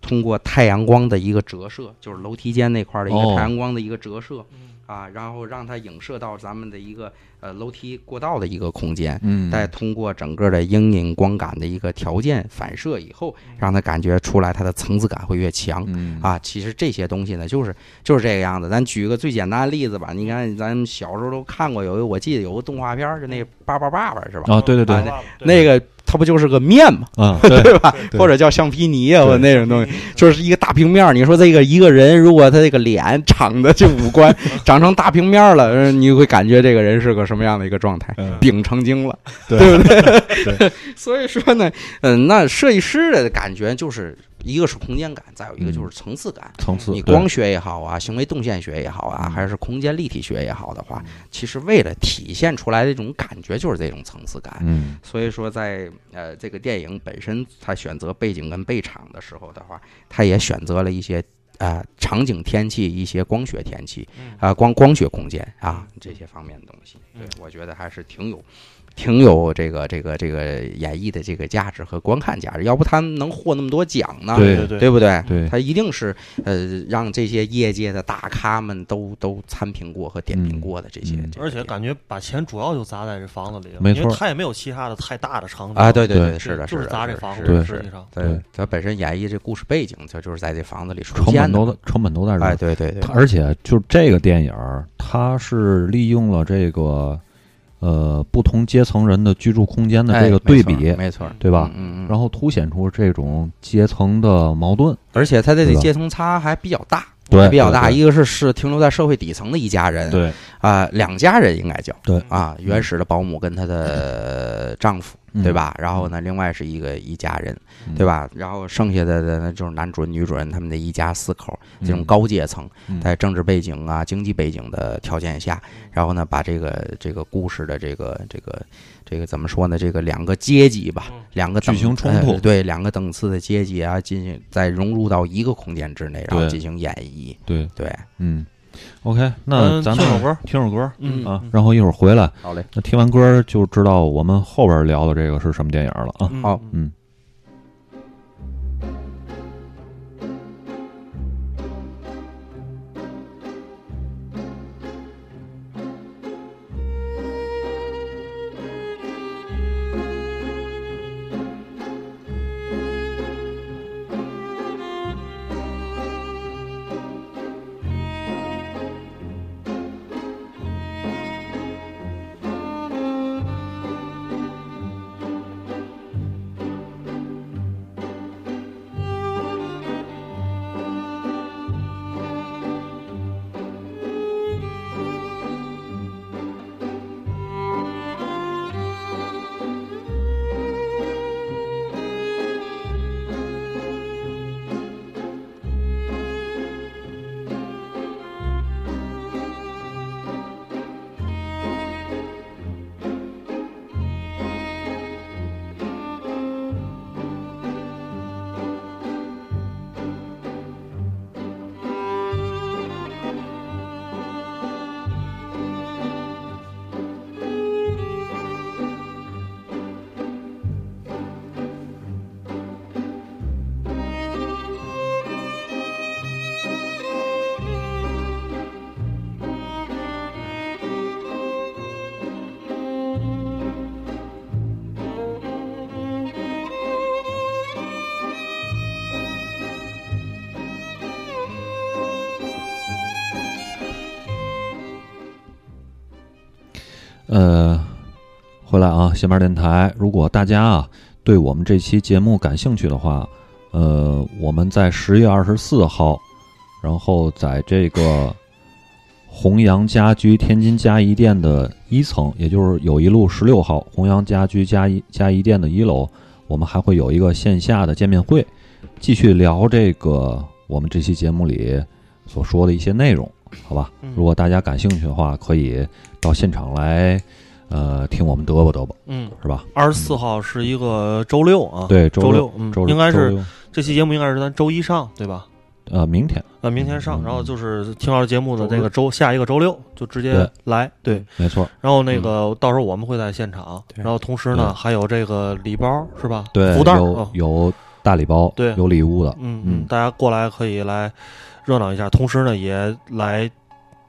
通过太阳光的一个折射，就是楼梯间那块儿的一哦个太阳光的一个折射、啊，然后让它影射到咱们的一个呃楼梯过道的一个空间。嗯，再通过整个的阴影光感的一个条件反射以后，嗯让它感觉出来它的层次感会越强。嗯啊，其实这些东西呢，就是就是这个样子。咱举一个最简单的例子吧，你看咱们小时候都看过，有一个我记得有个动画片儿，就那《巴巴爸爸》是吧？啊，对对对，啊那个它不就是个面嘛，啊，对， 对吧？对或者叫橡皮泥啊，对或者那种东西，就是一个大平面儿。你说这个一个人，如果他这个脸长得这五官 长成大平面儿了，呃你会感觉这个人是个什么样的一个状态？嗯饼成精了， 对不对？所以说呢，嗯，那设计师的感觉就是一个是空间感，再有一个嗯就是层次感。层次，你对嗯光学也好啊，行为动线学也好啊，还是空间立体学也好的话，其实为了体现出来的这种感觉，就是这种层次感。嗯所以说在，呃这个电影本身，它选择背景跟背场的时候的话，它也选择了一些啊、呃场景天气、一些光学天气嗯啊、光光学空间啊嗯这些方面的东西。对嗯，我觉得还是挺有。挺有这个这个这个演绎的这个价值和观看价值，要不他们能获那么多奖呢？对对对对不对？对他一定是呃让这些业界的大咖们都都参评过和点评过的这些，嗯嗯这些而且感觉把钱主要就砸在这房子里了，没错因为他也没有其他的太大的场景啊，对对对对，是的，就是是的砸这是房子，是的实是际的，上，对，他本身演绎这故事背景，他就是在这房子里出成现本的都嘛，在成本都在这儿哎，，对对对它，而且就这个电影儿，它是利用了这个呃不同阶层人的居住空间的哎这个对比，没错，对吧？嗯嗯，然后凸显出这种阶层的矛盾。而且他这对个吧阶层差还比较大。对还比较对大，对一个是是停留在社会底层的一家人，对，啊、两家人应该叫，对啊，原始的保姆跟她的丈夫，嗯对吧？然后呢，另外是一个一家人，对吧？然后剩下的的就是男主人、女主人他们的一家四口，这种高阶层嗯，在政治背景啊、经济背景的条件下，然后呢，把这个这个故事的这个这个这个怎么说呢？这个两个阶级吧嗯，两个等剧情冲突呃对两个等次的阶级啊，进行再融入到一个空间之内，然后对进行演绎，对，对，嗯，OK，那嗯咱们听首歌，听首歌嗯啊，然后一会儿回来，好嘞。那听完歌就知道我们后边聊的这个是什么电影了啊。嗯好嗯，呃，回来啊，闲班电台。如果大家啊对我们这期节目感兴趣的话，呃，我们在十月二十四号，然后在这个弘扬家居天津嘉怡店的一层，也就是友谊路十六号弘扬家居嘉怡嘉怡店的一楼，我们还会有一个线下的见面会，继续聊这个我们这期节目里所说的一些内容，好吧？嗯如果大家感兴趣的话，可以到现场来，呃，听我们嘚啵嘚啵，嗯，是吧？二十四号是一个周六啊，，对，周周，嗯周，应该周是六这期节目应该是咱周一上，对吧？呃，明天呃，明天上，然后就是听到节目的那个周下一个周六就直接对来，对，没错，然后那个到时候我们会在现场，对然后同时对呢还有这个礼包是吧？对，福袋儿有哦有大礼包，对有礼物的，嗯嗯大家过来可以来热闹一下，同时呢也来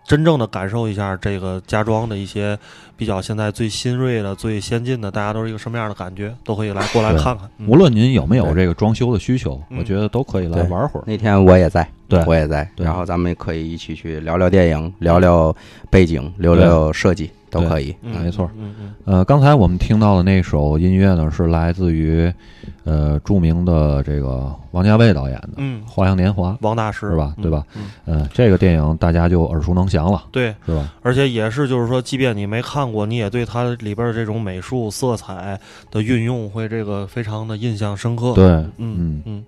真正的感受一下这个家装的一些比较现在最新锐的、最先进的，大家都是一个什么样的感觉，都可以来过来对看看。嗯无论您有没有对这个装修的需求，嗯我觉得都可以来对玩会儿。那天我也在，对我也在。对然后咱们可以一起去聊聊电影，聊聊背景，聊聊设计，都可以。嗯没错嗯嗯呃，刚才我们听到的那首音乐呢，是来自于呃著名的这个王家卫导演的嗯《花样年华》，王大师是吧嗯对吧嗯，呃，这个电影大家就耳熟能详了，对，是吧？而且也是就是说，即便你没看过，你也对它里边儿这种美术色彩的运用会这个非常的印象深刻。对，嗯嗯，嗯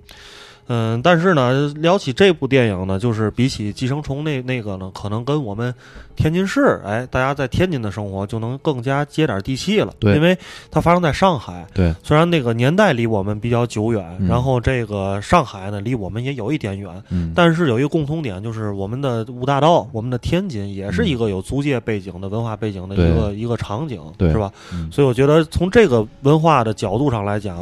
嗯，但是呢，聊起这部电影呢，就是比起《寄生虫那》那个呢，可能跟我们天津市，哎，大家在天津的生活就能更加接点地气了。对因为它发生在上海，对，虽然那个年代离我们比较久远，嗯然后这个上海呢离我们也有一点远，嗯，但是有一个共通点，就是我们的五大道，我们的天津也嗯是一个有租界背景的文化背景的一个一个场景，对是吧？嗯所以我觉得从这个文化的角度上来讲，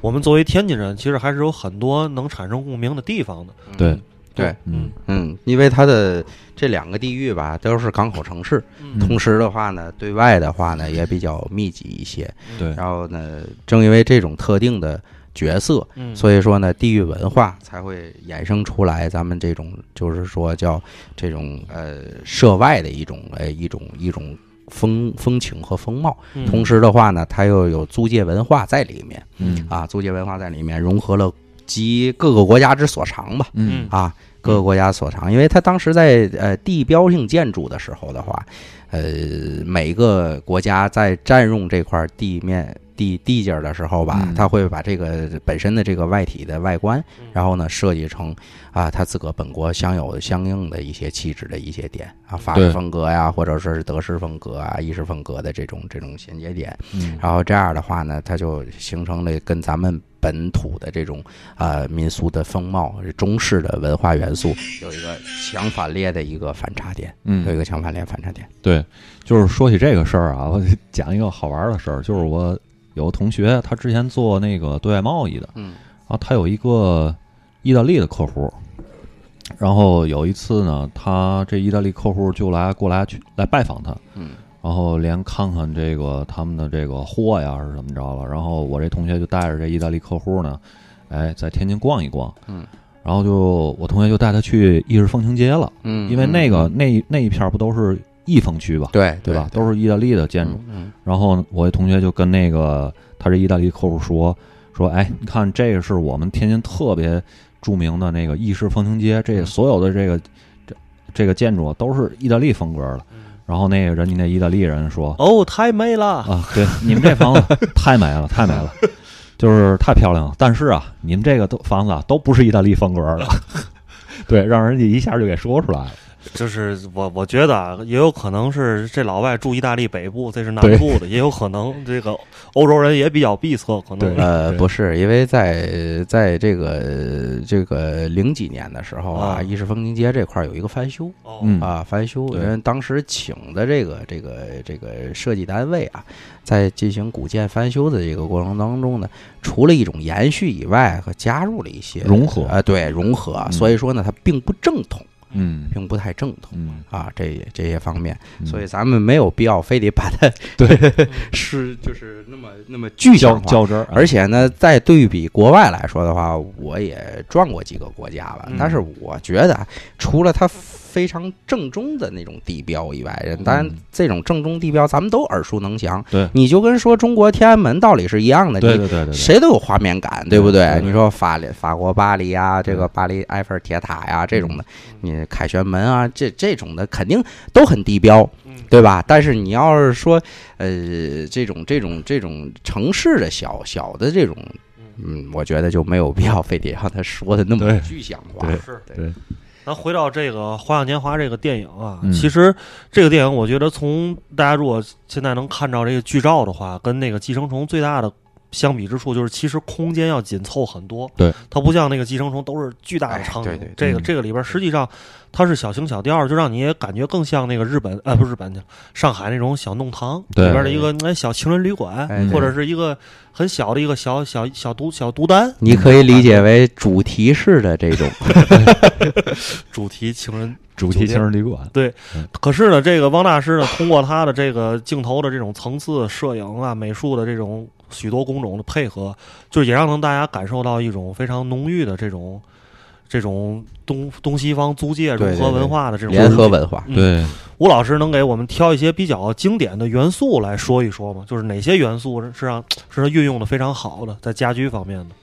我们作为天津人，其实还是有很多能产生共鸣的地方的。对对，嗯嗯，因为它的这两个地域吧，都是港口城市，嗯同时的话呢，对外的话呢也比较密集一些。嗯嗯对然后呢，正因为这种特定的角色，嗯，所以说呢，地域文化才会衍生出来咱们这种，就是说叫这种呃涉外的一种呃一种一种风风情和风貌。以同时的话呢，它又有租界文化在里面嗯啊，租界文化在里面融合了集各个国家之所长吧。嗯啊，各个国家所长，因为它当时在呃地标性建筑的时候的话，呃，每个国家在占用这块地面地地界儿的时候吧嗯，它会把这个本身的这个外体的外观嗯，然后呢设计成啊，它自个本国享有相应的一些气质的一些点啊，法对式风格呀，或者说是德式风格啊、意式风格的这种这种衔接点，嗯然后这样的话呢，它就形成了跟咱们本土的这种呃民俗的风貌、中式的文化元素有一个强反列的一个反差点，有一嗯，个强反列反差点。对，就是说起这个事儿啊，我 讲一个好玩的事儿，就是我有个同学，他之前做那个对外贸易的，嗯然后他有一个意大利的客户，然后有一次呢，他这意大利客户就来过来去来拜访他，嗯，然后连看看这个他们的这个货呀是怎么着了，然后我这同学就带着这意大利客户呢，哎，在天津逛一逛，嗯，然后就我同学就带他去意式风情街了，嗯因为那个嗯那那一片儿不都是意风区吧，对对吧？都是意大利的建筑，嗯然后我一同学就跟那个他这意大利客户说说，哎，你看这个是我们天津特别著名的那个意式风情街，嗯这所有的这个这这个建筑都是意大利风格的。嗯然后那个人家那意大利人说哦，太美了，啊，对，你们这房子 太美了，太美了。就是太漂亮了，但是啊，你们这个都房子啊都不是意大利风格 的，对，让人家一下就给说出来了。就是我我觉得啊，也有可能是这老外住意大利北部，这是南对部的，也有可能这个欧洲人也比较闭塞，可能对呃，对不是，因为在在这个这个零几年的时候啊啊，意式风情街这块儿有一个翻修，哦嗯啊，翻修，对因为当时请的这个这个这个设计单位啊，在进行古建翻修的这个过程当中呢，除了一种延续以外，和加入了一些融合啊、对融合，嗯所以说呢，它并不正统，嗯并不太正统嗯，啊，这这些方面，嗯所以咱们没有必要非得把它对 是就是那么那么具较象化。较真儿，而且呢，在对比国外来说的话，我也转过几个国家吧，嗯但是我觉得啊，除了它非常正宗的那种地标以外，人当然嗯这种正宗地标咱们都耳熟能详。对你就跟说中国天安门道理是一样的，哎对你对对对对，谁都有画面感，对不对对对你说法里法国巴黎啊，这个巴黎埃菲尔铁塔呀、这嗯种的，嗯你凯旋门啊，这这种的肯定都很地标，嗯对吧？但是你要是说，呃，这种这种这种城市的小小的这种，嗯，我觉得就没有必要非得让他说的那么对具象化。对啊是对。咱回到这个《花样年华》这个电影啊，嗯其实这个电影，我觉得从大家如果现在能看到这个剧照的话，跟那个《寄生虫》最大的相比之处就是，其实空间要紧凑很多。对，它不像那个寄生虫都是巨大的哎场景。对对对这个嗯这个里边实际上它是小情小调，就让你也感觉更像那个日本，呃，不是日本去了，上海那种小弄堂对里边的一个哎小情人旅馆，哎对嗯或者是一个很小的一个小小小独小独单，你可以理解为主题式的这 种，主题情人主题情人旅馆，可是呢，这个汪大师呢，通过他的这个镜头的这种层次、摄影啊、美术的这种许多工种的配合，就也让能大家感受到一种非常浓郁的这种这种东东西方租界融对合对对文化的这种联合。文化。嗯对，吴老师能给我们挑一些比较经典的元素来说一说吗？就是哪些元素是让是他运用的非常好的，在家居方面的？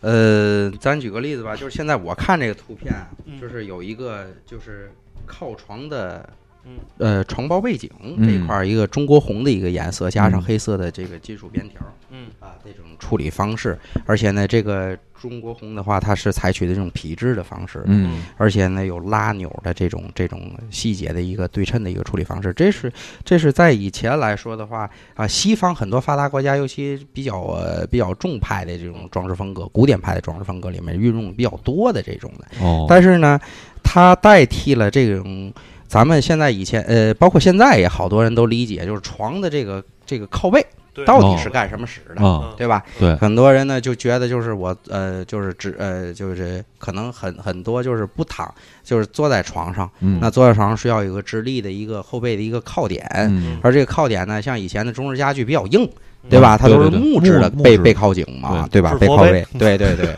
呃，咱举个例子吧，就是现在我看这个图片啊嗯，就是有一个就是靠床的嗯。呃，床包背景嗯这一块儿一个中国红的一个颜色，加上嗯黑色的这个金属边条嗯啊，这种处理方式，而且呢，这个中国红的话，它是采取的这种皮质的方式，嗯而且呢有拉钮的这种这种细节的一个对称的一个处理方式，这是这是在以前来说的话啊，西方很多发达国家，尤其比较呃比较重派的这种装饰风格，古典派的装饰风格里面运用比较多的这种的，哦，但是呢，它代替了这种咱们现在以前呃，包括现在也好多人都理解，就是床的这个这个靠背对嗯到哦底是嗯干什么使的，啊，对吧？对，很多人呢就觉得就是我呃就是只呃就是可能很很多就是不躺就是坐在床上，嗯，那坐在床上是要有一个直立的一个后背的一个靠点，嗯而这个靠点呢，像以前的中式家具比较硬，对吧？它都是对对对木质的木背木质背靠颈嘛，对吧是？背佛靠背背，对对 对，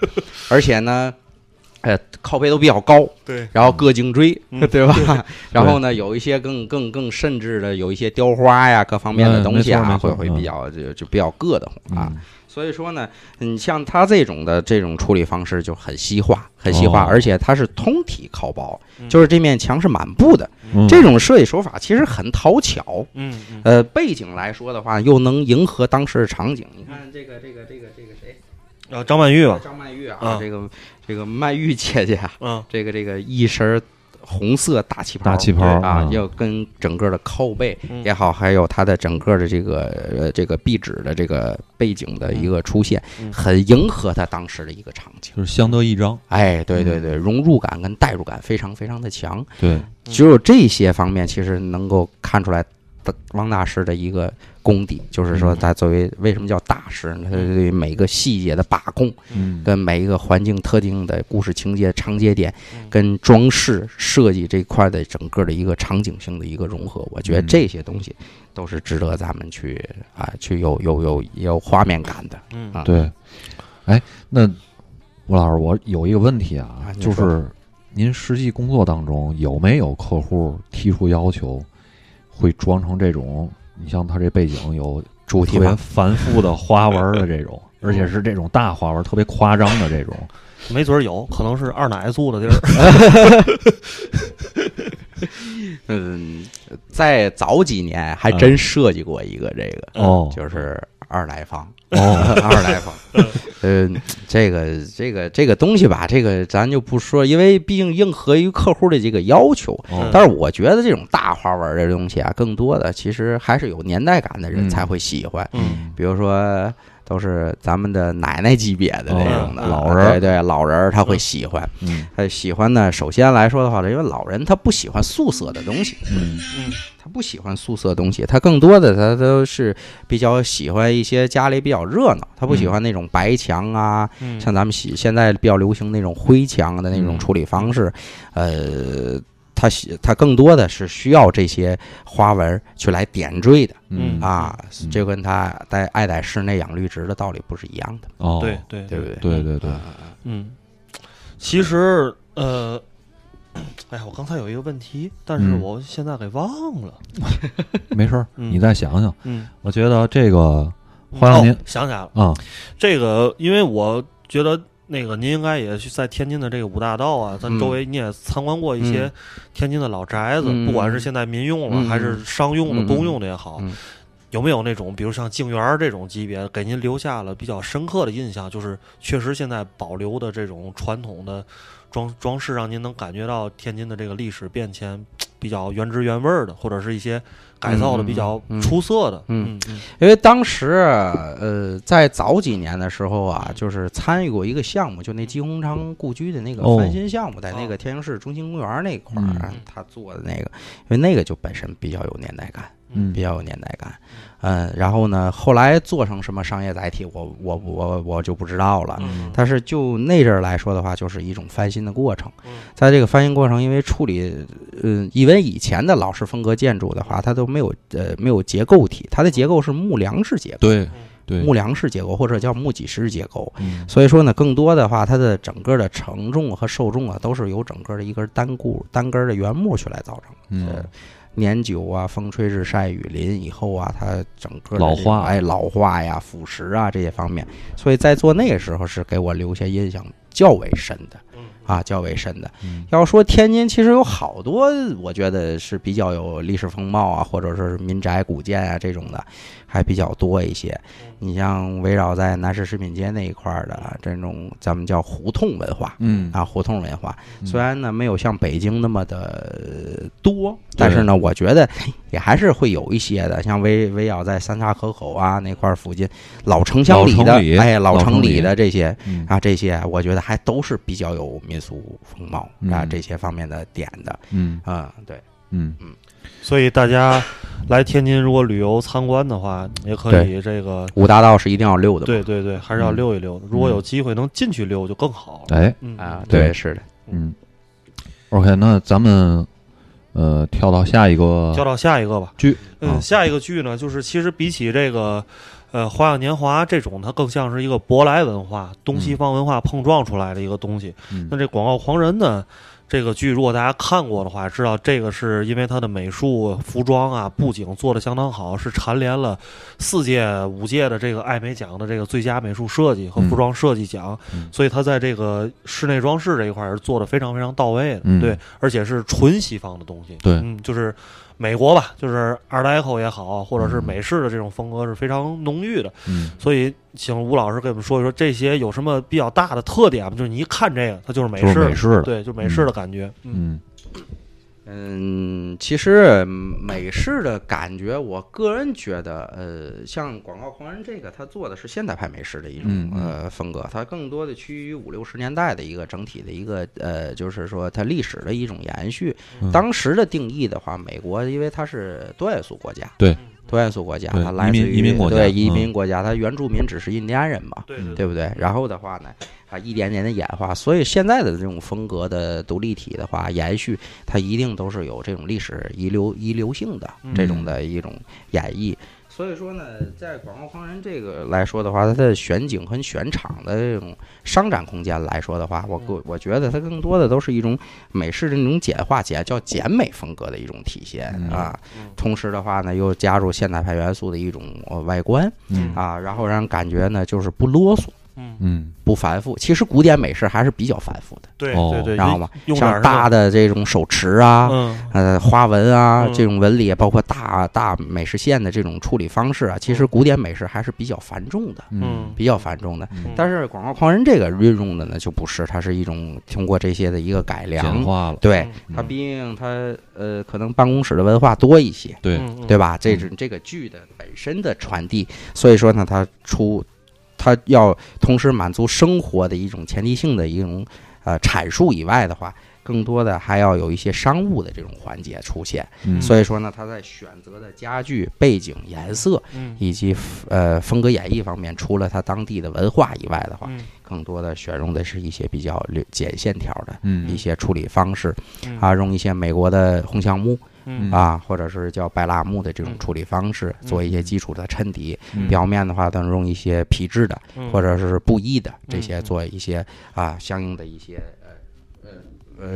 而且呢。呃，靠背都比较高，对，然后各颈椎，嗯 对吧？然后呢，有一些更更更甚至的，有一些雕花呀，各方面的嗯东西啊，没错没错会会嗯比较就就比较硌得慌啊。嗯所以说呢，你像它这种的这种处理方式就很西化，很西化，哦而且它是通体靠包，嗯就是这面墙是满布的。嗯这种设计手法其实很讨巧。嗯嗯呃，背景来说的话，又能迎合当时的场景。你看这个这个这个这个谁，然后啊张曼玉吧，张曼玉啊啊，这个这个曼玉姐姐啊，嗯这个这个一身儿红色大旗袍，大旗袍啊嗯，要跟整个的靠背嗯也好，还有它的整个的这个呃这个壁纸的这个背景的一个出现嗯，很迎合它当时的一个场景。就是相得益彰，哎，对对对，融入感跟代入感非常非常的强，对，嗯只有这些方面其实能够看出来。汪大师的一个功底，就是嗯说他作为为什么叫大师呢？他对于每个细节的把控，嗯，跟每一个环境特定的故事情节、长节点嗯，跟装饰设计这块的整个的一个场景性的一个融合，我觉得嗯这些东西都是值得咱们去啊，去有有有有画面感的嗯啊对，哎，那吴老师，我有一个问题啊啊，您就说是您实际工作当中有没有客户提出要求，会装成这种？你像他这背景有主特题别吧。繁复的花纹儿的这 种，而且是这种大花纹儿，特别夸张的这种。没准儿有可能是二奶租的地儿。嗯，在早几年还真设计过一个这个，哦嗯就是二来房。哦，二来房，嗯，这个这个这个东西吧，这个咱就不说，因为毕竟应和于客户的这个要求，哦但是我觉得这种大花纹的东西啊，更多的其实还是有年代感的人才会喜欢。嗯比如说，都是咱们的奶奶级别的那种的、哦老人儿对对，嗯老人儿他会喜欢。嗯他喜欢呢，首先来说的话，因为老人他不喜欢素色的东西，嗯嗯他不喜欢素色的东西，他更多的他都是比较喜欢一些家里比较热闹，他不喜欢那种白墙啊，嗯，像咱们喜现在比较流行那种灰墙的那种嗯处理方式，呃，它喜它更多的是需要这些花纹儿去来点缀的嗯啊，嗯这跟它在爱在室内养绿植的道理不是一样的，哦，对对对不对？对对对，嗯，其实呃，哎呀，我刚才有一个问题，但是嗯我现在给忘了。没事儿，嗯你再想想。嗯，我觉得这个欢迎您哦想起来了，啊，这个因为我觉得。那个，您应该也去在天津的这个五大道啊，咱嗯周围你也参观过一些嗯天津的老宅子，嗯不管是现在民用了、嗯还是商用的、嗯公用的也好，嗯有没有那种，比如像静园儿这种级别，给您留下了比较深刻的印象？就是确实现在保留的这种传统的装装饰，让您能感觉到天津的这个历史变迁比较原汁原味儿的，或者是一些改造的比较嗯嗯嗯出色的。嗯嗯因为当时呃，在早几年的时候啊，就是参与过一个项目，就那姬鸿昌故居的那个哦翻新项目，在那个天津市中心公园那块儿啊嗯，他做的那个，因为那个就本身比较有年代感，嗯比较有年代感。嗯，然后呢，后来做成什么商业载体，我我我我就不知道了。嗯但是就那阵儿来说的话，就是一种翻新的过程嗯。在这个翻新过程，因为处理，嗯，因为以前的老式风格建筑的话，它都没有呃没有结构体，它的结构是木梁式结构，对对，木梁式结构或者叫木几式结构。嗯所以说呢，更多的话，它的整个的承重和受重啊，都是由整个的一根单固单根儿的原木去来造成的。嗯呃，年久啊，风吹日晒雨淋以后啊，它整个的老这个化哎，老化呀、腐蚀啊这些方面，所以在做那个时候是给我留下印象较为深的嗯啊，较为深的。嗯要说天津，其实有好多我觉得是比较有历史风貌啊，或者说是民宅古建啊这种的，还比较多一些。你像围绕在南市食品街那一块儿的啊这种，咱们叫胡同文化。嗯啊，胡同文化嗯虽然呢没有像北京那么的呃多，但是呢，我觉得也还是会有一些的，像围围绕在三岔河口啊那块儿附近老城老乡里城的，里哎，老老城城里里的这些嗯啊，这些我觉得还都是比较有民俗风貌啊嗯这些方面的点的，嗯嗯，对，嗯所以大家来天津如果旅游参观的话，也可以这个五大道是一定要溜的嘛，对对对，还是要嗯溜一溜的。如果有机会能进去溜就更好了。哎嗯啊，对对，是的，嗯，OK，那咱们呃跳到下一个交到下一个吧。剧啊嗯，下一个剧呢，就是其实比起这个，呃，《花样年华》这种，它更像是一个舶来文化、东西方文化碰撞出来的一个东西。嗯那这《广告狂人》呢，这个剧如果大家看过的话，知道这个是因为它的美术、服装啊、布景做的相当好，是蝉联了四届、五届的这个艾美奖的这个最佳美术设计和服装设计奖，嗯所以它在这个室内装饰这一块儿是做的非常非常到位的。嗯对，而且是纯西方的东西。对嗯，就是美国吧，就是二代口也好，或者是美式的这种风格是非常浓郁的。嗯所以，请吴老师给我们说一说这些有什么比较大的特点吗？就是你一看这个，它就是美就式是的，美式的，对，就美式的感觉。嗯嗯嗯，其实美式的感觉，我个人觉得，呃，像《广告狂人》这个，他做的是现代派美式的一种、嗯嗯呃风格，它更多的趋于五六十年代的一个整体的一个呃，就是说它历史的一种延续。嗯当时的定义的话，美国因为它是多元素国家，对多元素国家，对它来自移于民移民国家对移嗯民国家，它原住民只是印第安人嘛，对对对不对？然后的话呢，啊，一点点的演化，所以现在的这种风格的独立体的话，延续它一定都是有这种历史遗留遗留性的嗯这种的一种演绎。所以说呢，在《广告狂人》这个来说的话，它的选景和选场的这种商展空间来说的话，我个我觉得它更多的都是一种美式的那种简化简叫简美风格的一种体现嗯啊嗯。同时的话呢，又加入现代派元素的一种呃外观嗯啊，然后让人感觉呢就是不啰嗦。嗯，嗯不繁复。其实古典美式还是比较繁复的，对哦对对，知道吗？用点像儿大的，的这种手持啊。嗯呃，花纹啊嗯，这种纹理，包括大大美式线的这种处理方式啊，其实古典美式还是比较繁重的，嗯，比较繁重的。嗯但是广告狂人这个运用的呢，就不是，它是一种通过这些的一个改简良，化了，对嗯它毕竟它呃，可能办公室的文化多一些，嗯对对吧？吧？嗯这是这个剧的本身的传递，所以说呢，它出它要同时满足生活的一种前提性的一种呃阐述以外的话，更多的还要有一些商务的这种环节出现。嗯所以说呢，它在选择的家具、背景、颜色嗯以及呃风格演绎方面，除了它当地的文化以外的话，嗯更多的选用的是一些比较略简线条的一嗯些处理方式嗯啊，用一些美国的红橡木。嗯啊，或者是叫白蜡木的嗯这种处理方式，做一些基础的衬底。嗯表面的话，当然用一些皮质的嗯或者是布艺的这嗯些嗯做一些啊相应的一些呃呃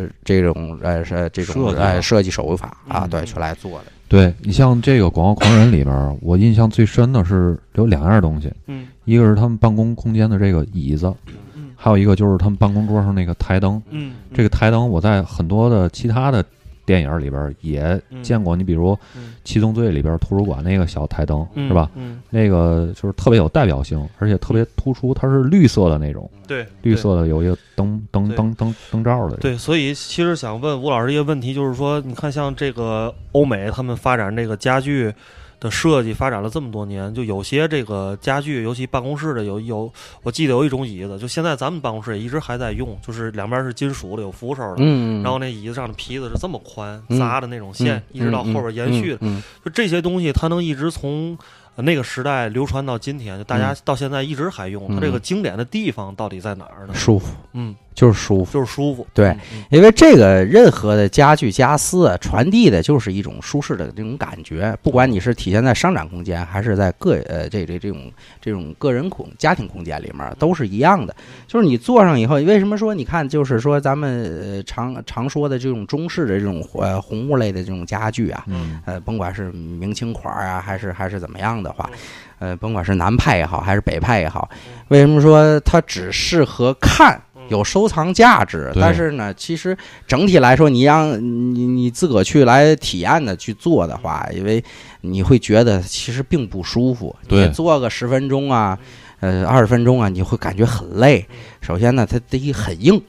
呃这种呃是这种设计吧呃设计手法啊，嗯对，嗯去来做的。对你像这个《广告狂人》里边儿，我印象最深的是有两样东西，嗯一个是他们办公空间的这个椅子，嗯还有一个就是他们办公桌上那个台灯。嗯，这个台灯我在很多的其他的电影里边也见过。你比如《嗯七宗罪》里边图书馆那个小台灯嗯是吧？？嗯，那个就是特别有代表性，而且特别突出，它是绿色的那种，对，绿对色的有一个灯灯对灯灯灯罩的。，对，所以其实想问吴老师一个问题，就是说，你看像这个欧美，他们发展这个家具的设计，发展了这么多年，就有些这个家具，尤其办公室的有有，我记得有一种椅子，就现在咱们办公室也一直还在用，就是两边是金属的，有扶手的。嗯，然后那椅子上的皮子是这么宽，嗯扎的那种线，一直到后边延续的。嗯，就这些东西，它能一直从呃那个时代流传到今天，就嗯大家到现在一直还用。它这个经典的地方到底在哪儿呢嗯？舒服，嗯，就是舒服。就是舒服。对嗯，嗯因为这个任何的家具家私啊，传递的就是一种舒适的这种感觉，不管你是体现在商展空间，还是在个呃这这这种这种个人空家庭空间里面，都是一样的。就是你坐上以后，为什么说你看，就是说咱们呃常常说的这种中式的这种呃红木类的这种家具啊，嗯，呃，甭管是明清款儿啊，还是还是怎么样的话，呃，甭管是南派也好，还是北派也好，为什么说它只适合看？有收藏价值，对但是呢，其实整体来说，你让你你自个儿去来体验的去做的话，因为你会觉得其实并不舒服。对你坐个十分钟啊，呃，二十分钟啊，你会感觉很累。首先呢，它第一很硬，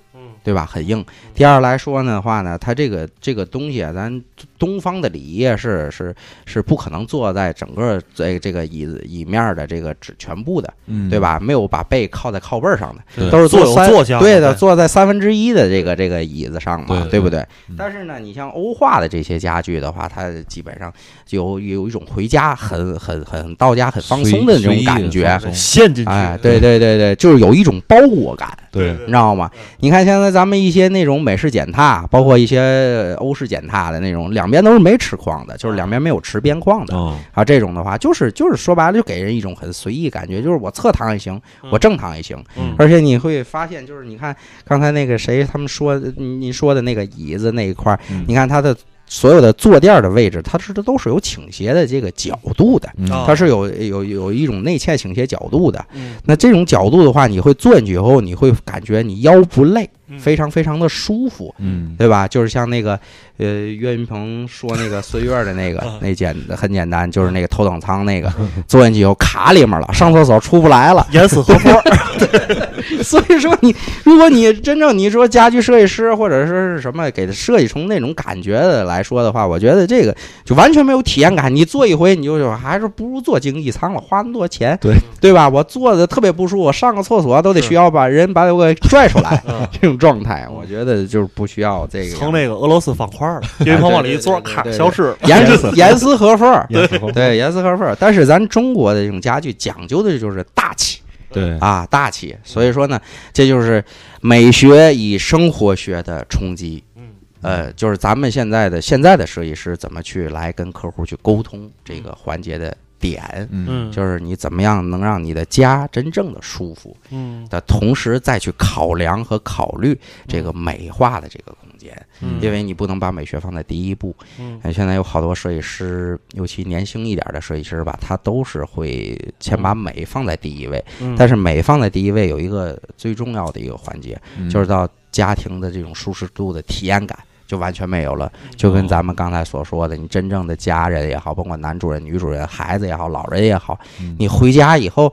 对吧？很硬。第二来说呢的话呢，它这个这个东西啊，咱东方的礼仪啊是是是不可能坐在整个这这个椅子椅面儿的这个指全部的，嗯，对？吧？没有把背靠在靠背儿上的，对都是坐坐三有坐相对的，对坐在三分之一的这个这个椅子上嘛，对不对嗯？但是呢，你像欧化的这些家具的话，它基本上有有一种回家很很很到家很放松的那种感随意觉地，放松陷进去。哎，对对对对，就是有一种包裹感。对，嗯你知道吗？你看现在咱们一些那种美式剪踏，包括一些呃欧式剪踏的那种，两边都是没齿框的，就是两边没有齿边框的嗯，啊。这种的话，就是就是说白了，就给人一种很随意感觉，就是我侧躺也行，嗯我正躺也行。嗯而且你会发现，就是你看刚才那个谁他们说您说的那个椅子那一块儿，嗯你看它的所有的坐垫的位置，它是都是有倾斜的这个角度的，嗯啊它是有有有一种内嵌倾斜角度的。嗯那这种角度的话，你会坐进去以后，你会感觉你腰不累，嗯非常非常的舒服，嗯，对吧？就是像那个呃岳云鹏说那个孙悦的那个啊，那简很简单，就是那个头等舱那个，坐进去以后卡里面了，上厕所出不来了。严丝合缝儿。 所以说你，如果你真正你说家居设计师或者说是什么给它设计成那种感觉的来说的话，我觉得这个就完全没有体验感。你坐一回，你就就还是不如坐经济舱了，花那么多钱，对对吧？我坐的特别不舒服，我上个厕所都得是，需要把人把我给拽出来 嗯这种状态，我觉得就是不需要这个成那个俄罗斯方块了，岳云鹏往里一坐，对对对咔对对消失了。严丝严丝合缝儿，对对对严丝合缝儿。但是咱中国的这种家具讲究的就是大气。嗯对，啊，大气。所以说呢，这就是美学与生活学的冲击。嗯，呃，就是咱们现在的现在的设计师怎么去来跟客户去沟通这个环节的点，嗯嗯，就是你怎么样能让你的家真正的舒服嗯的同时，再去考量和考虑这个美化的这个空间，嗯因为你不能把美学放在第一步。嗯哎，现在有好多设计师，尤其年轻一点的设计师吧，他都是会先把美放在第一位。嗯但是美放在第一位有一个最重要的一个环节，嗯就是到家庭的这种舒适度的体验感就完全没有了。就跟咱们刚才所说的，你真正的家人也好，甭管男主人、女主人、孩子也好，老人也好，嗯你回家以后，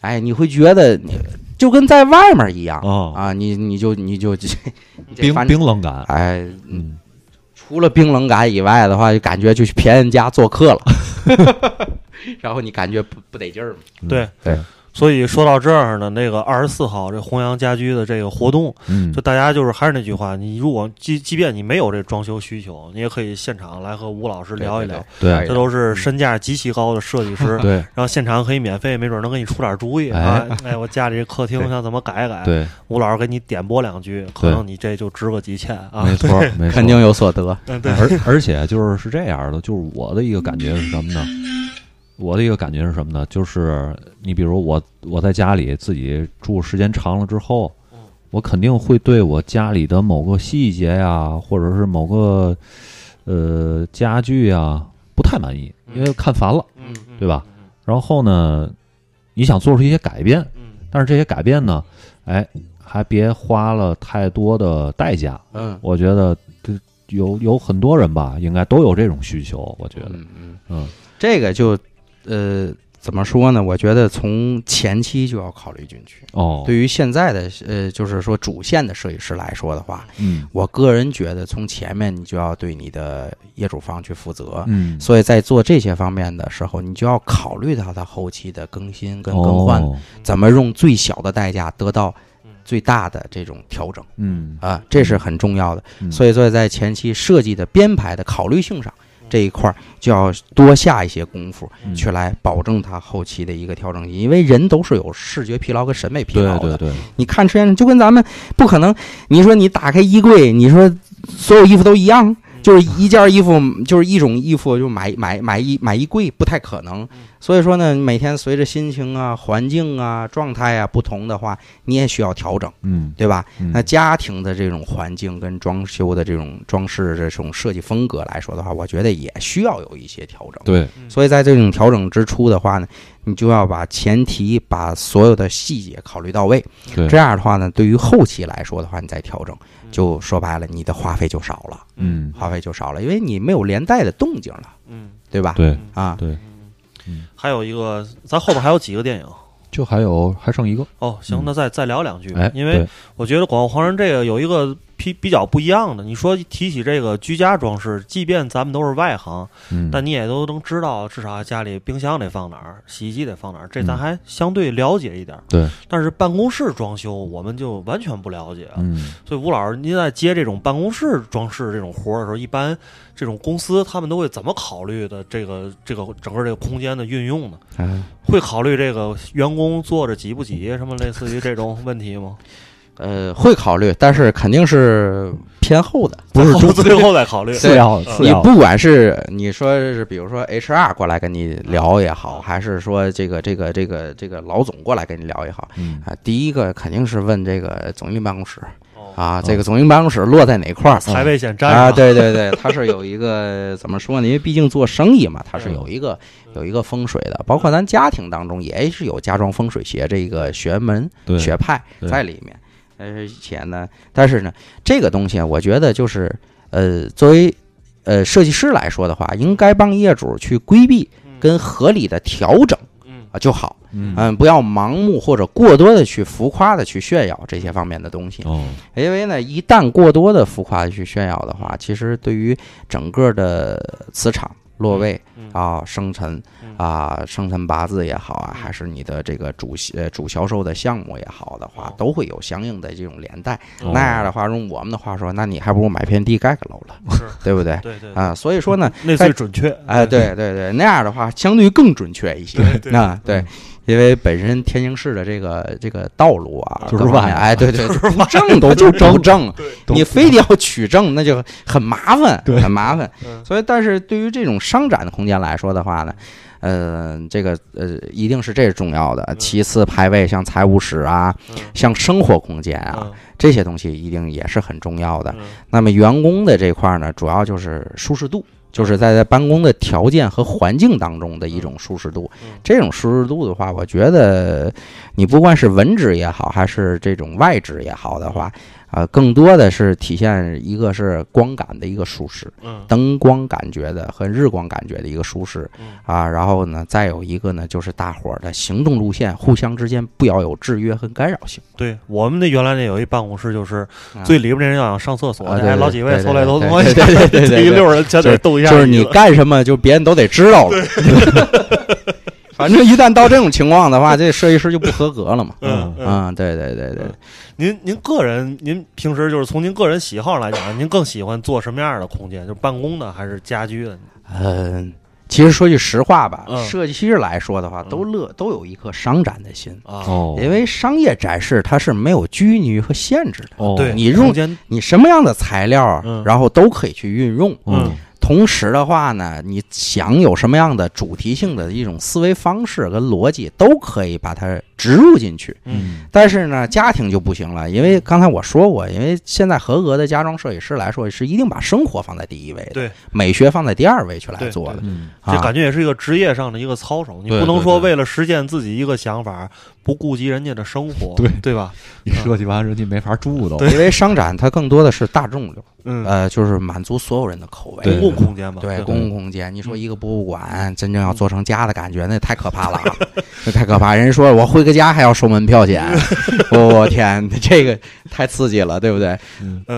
哎，你会觉得你就跟在外面一样啊，啊，你你就你就 冰冰冰冷感，哎，嗯，除了冰冷感以外的话，就感觉就去别人家做客了， 然后你感觉不不得劲儿嘛。嗯对对。所以说到这儿呢，那个二十四号这弘扬家居的这个活动，嗯就大家就是还是那句话，你如果即即便你没有这装修需求，你也可以现场来和吴老师聊一聊，对这都是身价极其高的设计师，对然后现场可以免费，没准能给你出点主意哎啊！哎，我家里这客厅对我想怎么改一改，对，吴老师给你点拨两句，可能你这就值个几千啊！没错没错，肯定有所得。嗯，对，而而且就是是这样的，就是我的一个感觉是什么呢？我的一个感觉是什么呢？就是你比如我我在家里自己住时间长了之后，嗯我肯定会对我家里的某个细节呀、或者是某个呃家具呀、不太满意，因为看烦了。嗯，嗯对吧？然后呢，你想做出一些改变，嗯但是这些改变呢，哎，还别花了太多的代价。嗯我觉得这呃有有很多人吧，应该都有这种需求，我觉得，嗯嗯，嗯这个就呃怎么说呢？我觉得从前期就要考虑进去。哦，对于现在的呃，就是说主线的设计师来说的话，嗯我个人觉得从前面你就要对你的业主方去负责，嗯，所以在做这些方面的时候，你就要考虑到它后期的更新跟更换，哦怎么用最小的代价得到最大的这种调整嗯，啊，这是很重要的。嗯所以说，在前期设计的编排的考虑性上，哦这一块儿就要多下一些功夫，嗯去来保证它后期的一个调整性，因为人都是有视觉疲劳跟审美疲对劳的。对对，你看实验室就跟咱们不可能，你说你打开衣柜，你说所有衣服都嗯一样，就是一件衣服就是一种衣服就买买买一买一柜，不太可能。所以说呢，每天随着心情啊、环境啊、状态啊不同的话，你也需要调整，嗯，对吧？嗯那家庭的这种环境跟装修的这种装饰这种设计风格来说的话，我觉得也需要有一些调整。对，所以在这种调整之初的话呢，你就要把前提、把所有的细节考虑到位。对这样的话呢，对于后期来说的话，你再调整，就说白了，你的花费就少了，嗯，花费就少了，因为你没有连带的动静了，嗯，对吧？对，啊，对，还有一个，咱后边还有几个电影就还有还剩一个，哦。行嗯，那再再聊两句吧哎，，因为对我觉得《广告狂人》这个有一个比比较不一样的。你说提起这个居家装饰，即便咱们都是外行，嗯，但你也都能知道，至少家里冰箱得放哪儿，洗衣机得放哪儿，这咱还相对了解一点儿。嗯对，但是办公室装修，我们就完全不了解啊。嗯所以吴老师，您在接这种办公室装饰这种活儿的时候，一般这种公司他们都会怎么考虑的这个这个整个这个空间的运用呢？啊，会考虑这个员工坐着挤不挤，什么类似于这 种问题吗？呃，会考虑，但是肯定是偏后的。不 是最后中最后再考虑。次要对次你要，不管是你说是，比如说 HR 过来跟你聊也好，还是说这个这个这个这个老总过来跟你聊也好嗯啊，第一个肯定是问这个总经理办公室哦啊，这个总经理办公室落在哪块儿？财位先沾上啊，，对对对，它是有一个怎么说呢？因为毕竟做生意嘛，它是嗯有一个有一个风水的，包括咱家庭当中也是有家装风水学这个学门对，学派对在里面。呃而且呢，但是呢，这个东西啊我觉得就是呃，作为呃设计师来说的话，应该帮业主去规避跟合理的调整嗯啊就好，嗯嗯，不要盲目或者过多的去浮夸的去炫耀这些方面的东西。哦，因为呢，一旦过多的浮夸地去炫耀的话，其实对于整个的磁场落位嗯啊、生辰嗯啊、生辰八字也好啊，还是你的这个主呃主销售的项目也好的话哦，都会有相应的这种连带。哦那样的话，用我们的话说，那你还不如买片地盖个楼了，是 对不对？对对，啊，所以说 呢，那最准确。哎，对对对，那样的话相对更准确一些。那对，因为本身天津市的这个这个道路啊，就是各方弯面哎，对对，不正都就不正，都你非得要取证，那就很麻烦，对很麻烦。嗯所以，但是对于这种商展的空间来说的话呢，呃，这个呃，一定是这是重要的。其次，排位像财务室啊，嗯像生活空间啊，嗯这些东西一定也是很重要的。嗯那么员工的这块儿呢，主要就是舒适度，就是在在办公的条件和环境当中的一种舒适度嗯。这种舒适度的话，我觉得你不管是文职也好，还是这种外职也好的话，呃，更多的是体现一个是光感的一个舒适，嗯灯光感觉的和日光感觉的一个舒适嗯啊。然后呢，再有一个呢，就是大伙儿的行动路线互相之间不要有制约和干扰性。对我们那原来那有一办公室，就是啊最里边那人要想上厕所，啊那对还对老几位对对凑来凑对去，对对对对这对一对溜人全得动一下就是你你了干什么，就别人都得知道了。 反正一旦到这种情况的话，这设计师就不合格了嘛。嗯嗯，啊、对对对对，您您个人，您平时就是从您个人喜好来讲，您更喜欢做什么样的空间？就是办公的还是家居的？嗯、其实说句实话吧，嗯设计师来说的话，嗯都乐都有一颗商展的心，啊，哦，因为商业展示它是没有拘泥和限制的，哦，对，你空用间，你什么样的材料，嗯然后都可以去运用。嗯同时的话呢，你想有什么样的主题性的一种思维方式跟逻辑，都可以把它植入进去。嗯，但是呢，家庭就不行了，因为刚才我说过，因为现在合格的家装设计师来说，是一定把生活放在第一位的，对，美学放在第二位去来对做的嗯，这啊感。觉也是一个职业上的一个操守，你对不能对说对为了实现自己一个想法，不顾及人家的生活，对对吧？你设计完人家没法住都，因为商展它更多的是大众流，嗯，呃，就是满足所有人的口味。啊对公共空间嘛，对对公共空间，你说一个博物馆真正要做成家的感觉，那太可怕了啊，嗯 那太可怕。人家说我回个家还要收门 票钱，我、我天，这个太刺激了，对不对？呃，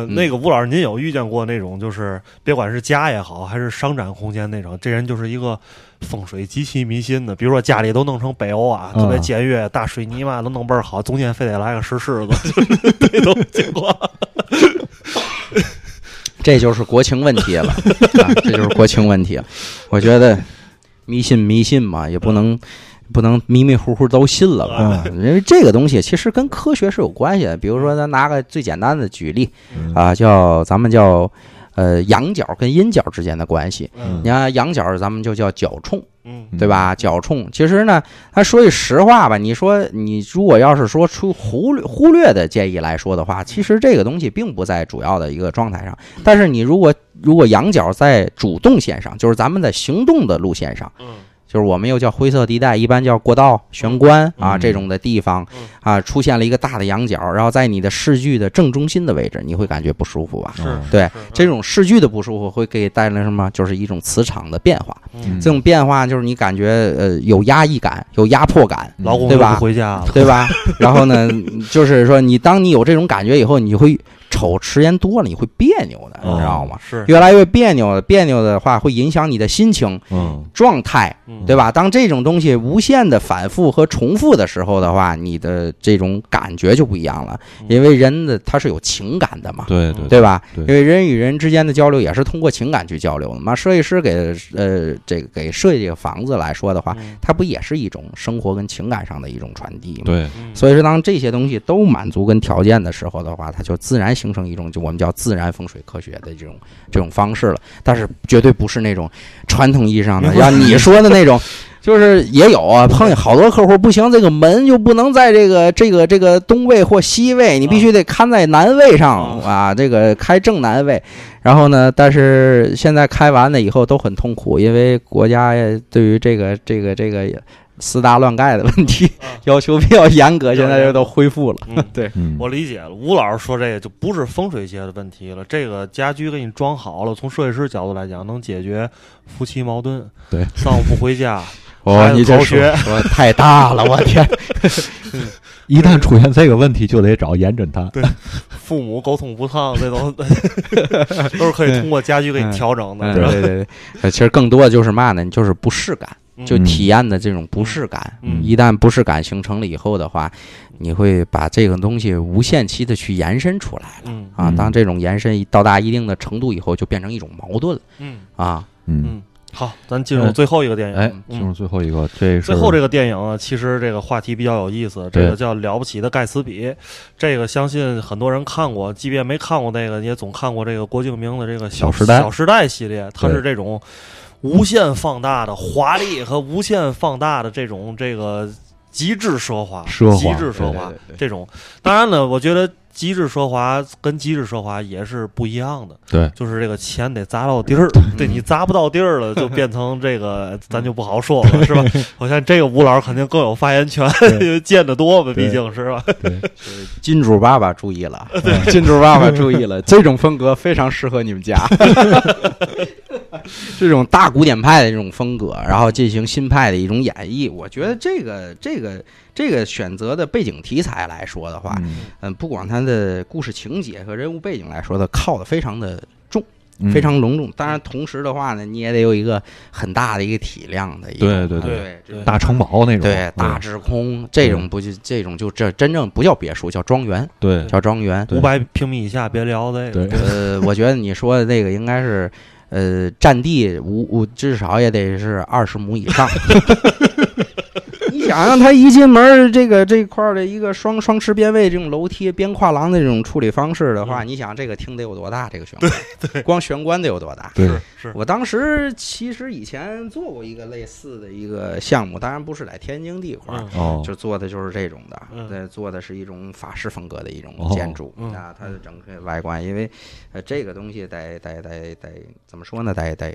嗯那个吴老师，您有遇见过那种就是，别管是家也好，还是商展空间那种，这人就是一个风水极其迷信的，比如说家里都弄成北欧啊，嗯特别简约，大水泥嘛都弄倍儿好，中间非得来个石狮 子，这种情况。这就是国情问题了，啊、这就是国情问题了。我觉得迷信迷信嘛，也不能不能迷迷糊糊都信了吧，因为这个东西其实跟科学是有关系的。比如说，咱拿个最简单的举例嗯啊，叫咱们叫呃阳角跟阴角之间的关系。嗯你看阳角，咱们就叫角冲，嗯嗯对？吧？角冲，其实呢，他说句实话吧，你说你如果要是说出忽略忽略的建议来说的话，其实这个东西并不在主要的一个状态上。嗯但是你如果如果羊角在主动线上，就是咱们在行动的路线上，嗯就是我们又叫灰色地带，一般叫国道、玄关啊嗯这种的地方嗯啊，出现了一个大的羊角，然后在你的视距的正中心的位置，你会感觉不舒服吧？是嗯是对是这种视距的不舒服会给带来什么？就是一种磁场的变化。嗯这种变化就是你感觉呃有压抑感，有压迫感，老公对吧又不回家了，对吧？然后呢，就是说你当你有这种感觉以后，你会瞅时间多了，你会别扭的，你哦知道吗？是越来越别扭，别扭的话会影响你的心情嗯状态，嗯对吧？当这种东西无限的反复和重复的时候的话，你的这种感觉就不一样了，嗯因为人的他是有情感的嘛，对对对吧？对因为人与人之间的交流也是通过情感去交流的嘛。设计师给呃这个给设计这个房子来说的话，嗯它不也是一种生活跟情感上的一种传递吗？对，嗯所以说，当这些东西都满足跟条件的时候的话，它就自然形成一种就我们叫自然风水科学的这种这种方式了。但是绝对不是那种传统意义上的，像你说的那种，就是也有啊，碰见好多客户不行，这个门就不能在这个这个这个东位或西位，你必须得看在南位上啊，这个开正南位。然后呢，但是现在开完了以后都很痛苦，因为国家对于这个这个这个四大乱盖的问题。 要求比较嗯严格，现在就都恢复了。嗯嗯我理解了，吴老师说这个就不是风水界的问题了，这个家居给你装好了，从设计师角度来讲，能解决夫妻矛盾，对，丧偶不回家， 哦，孩子你这逃说学说太大了，我天！一旦出现这个问题，就得找严侦探。父母沟通不畅，这都都是可以通过家居给哎你调整的，对是吧对对，呃其实更多的就是嘛呢，就是不适感，就嗯体验的这种不适感。嗯一旦不适感形成了以后的话，你会把这个东西无限期的去延伸出来嗯啊。嗯当这种延伸到达一定的程度以后，就变成一种矛盾了嗯啊。嗯，嗯，好，咱进入最后一个电影。嗯哎，进入最后一个，这是最后这个电影啊，其实这个话题比较有意思，对这个叫《了不起的盖茨比》，这个相信很多人看过，即便没看过那个，也总看过这个郭敬明的这个小时代小时代系列，它对是这种无限放大的华丽和无限放大的这种这个极致奢华，奢华极致奢华这种。当然了，我觉得极致奢华跟极致奢华也是不一样的，对，就是这个钱得砸到底儿，嗯对你砸不到地 儿了，就变成这个，咱就不好说了，是吧？我相信这个吴老师肯定更有发言权，因为见得多嘛，对毕竟是吧？对金主爸爸注 意了，金主爸爸注意了，这种风格非常适合你们家， 这种大古典派的这种风格，然后进行新派的一种演绎，我觉得这个这个这个选择的背景题材来说的话，嗯嗯，不管它的故事情节和人物背景来说的，靠的非常的嗯非常隆重，当然同时的话呢，你也得有一个很大的一个体量的一个嗯啊对对对对这种大城堡那种，对大嗯致空这种不就这种就这真正不叫别墅，叫庄园，对叫庄园。对五百平米以下别聊这个，对呃，我觉得你说的那个应该是，呃， 占地无无至少也得是二十亩以上。你想想想，他一进门，这个这一块儿的一个双双持边位这种楼梯边跨廊的这种处理方式的话，嗯你想这个厅得有多大？这个玄关，光玄关得有多大？对，是我当时其实以前做过一个类似的一个项目，当然不是在天津地块儿，嗯哦，就做的就是这种的，嗯对，做的是一种法式风格的一种哦建筑。嗯那它的整个外观，因为呃这个东西在在在在怎么说呢，在在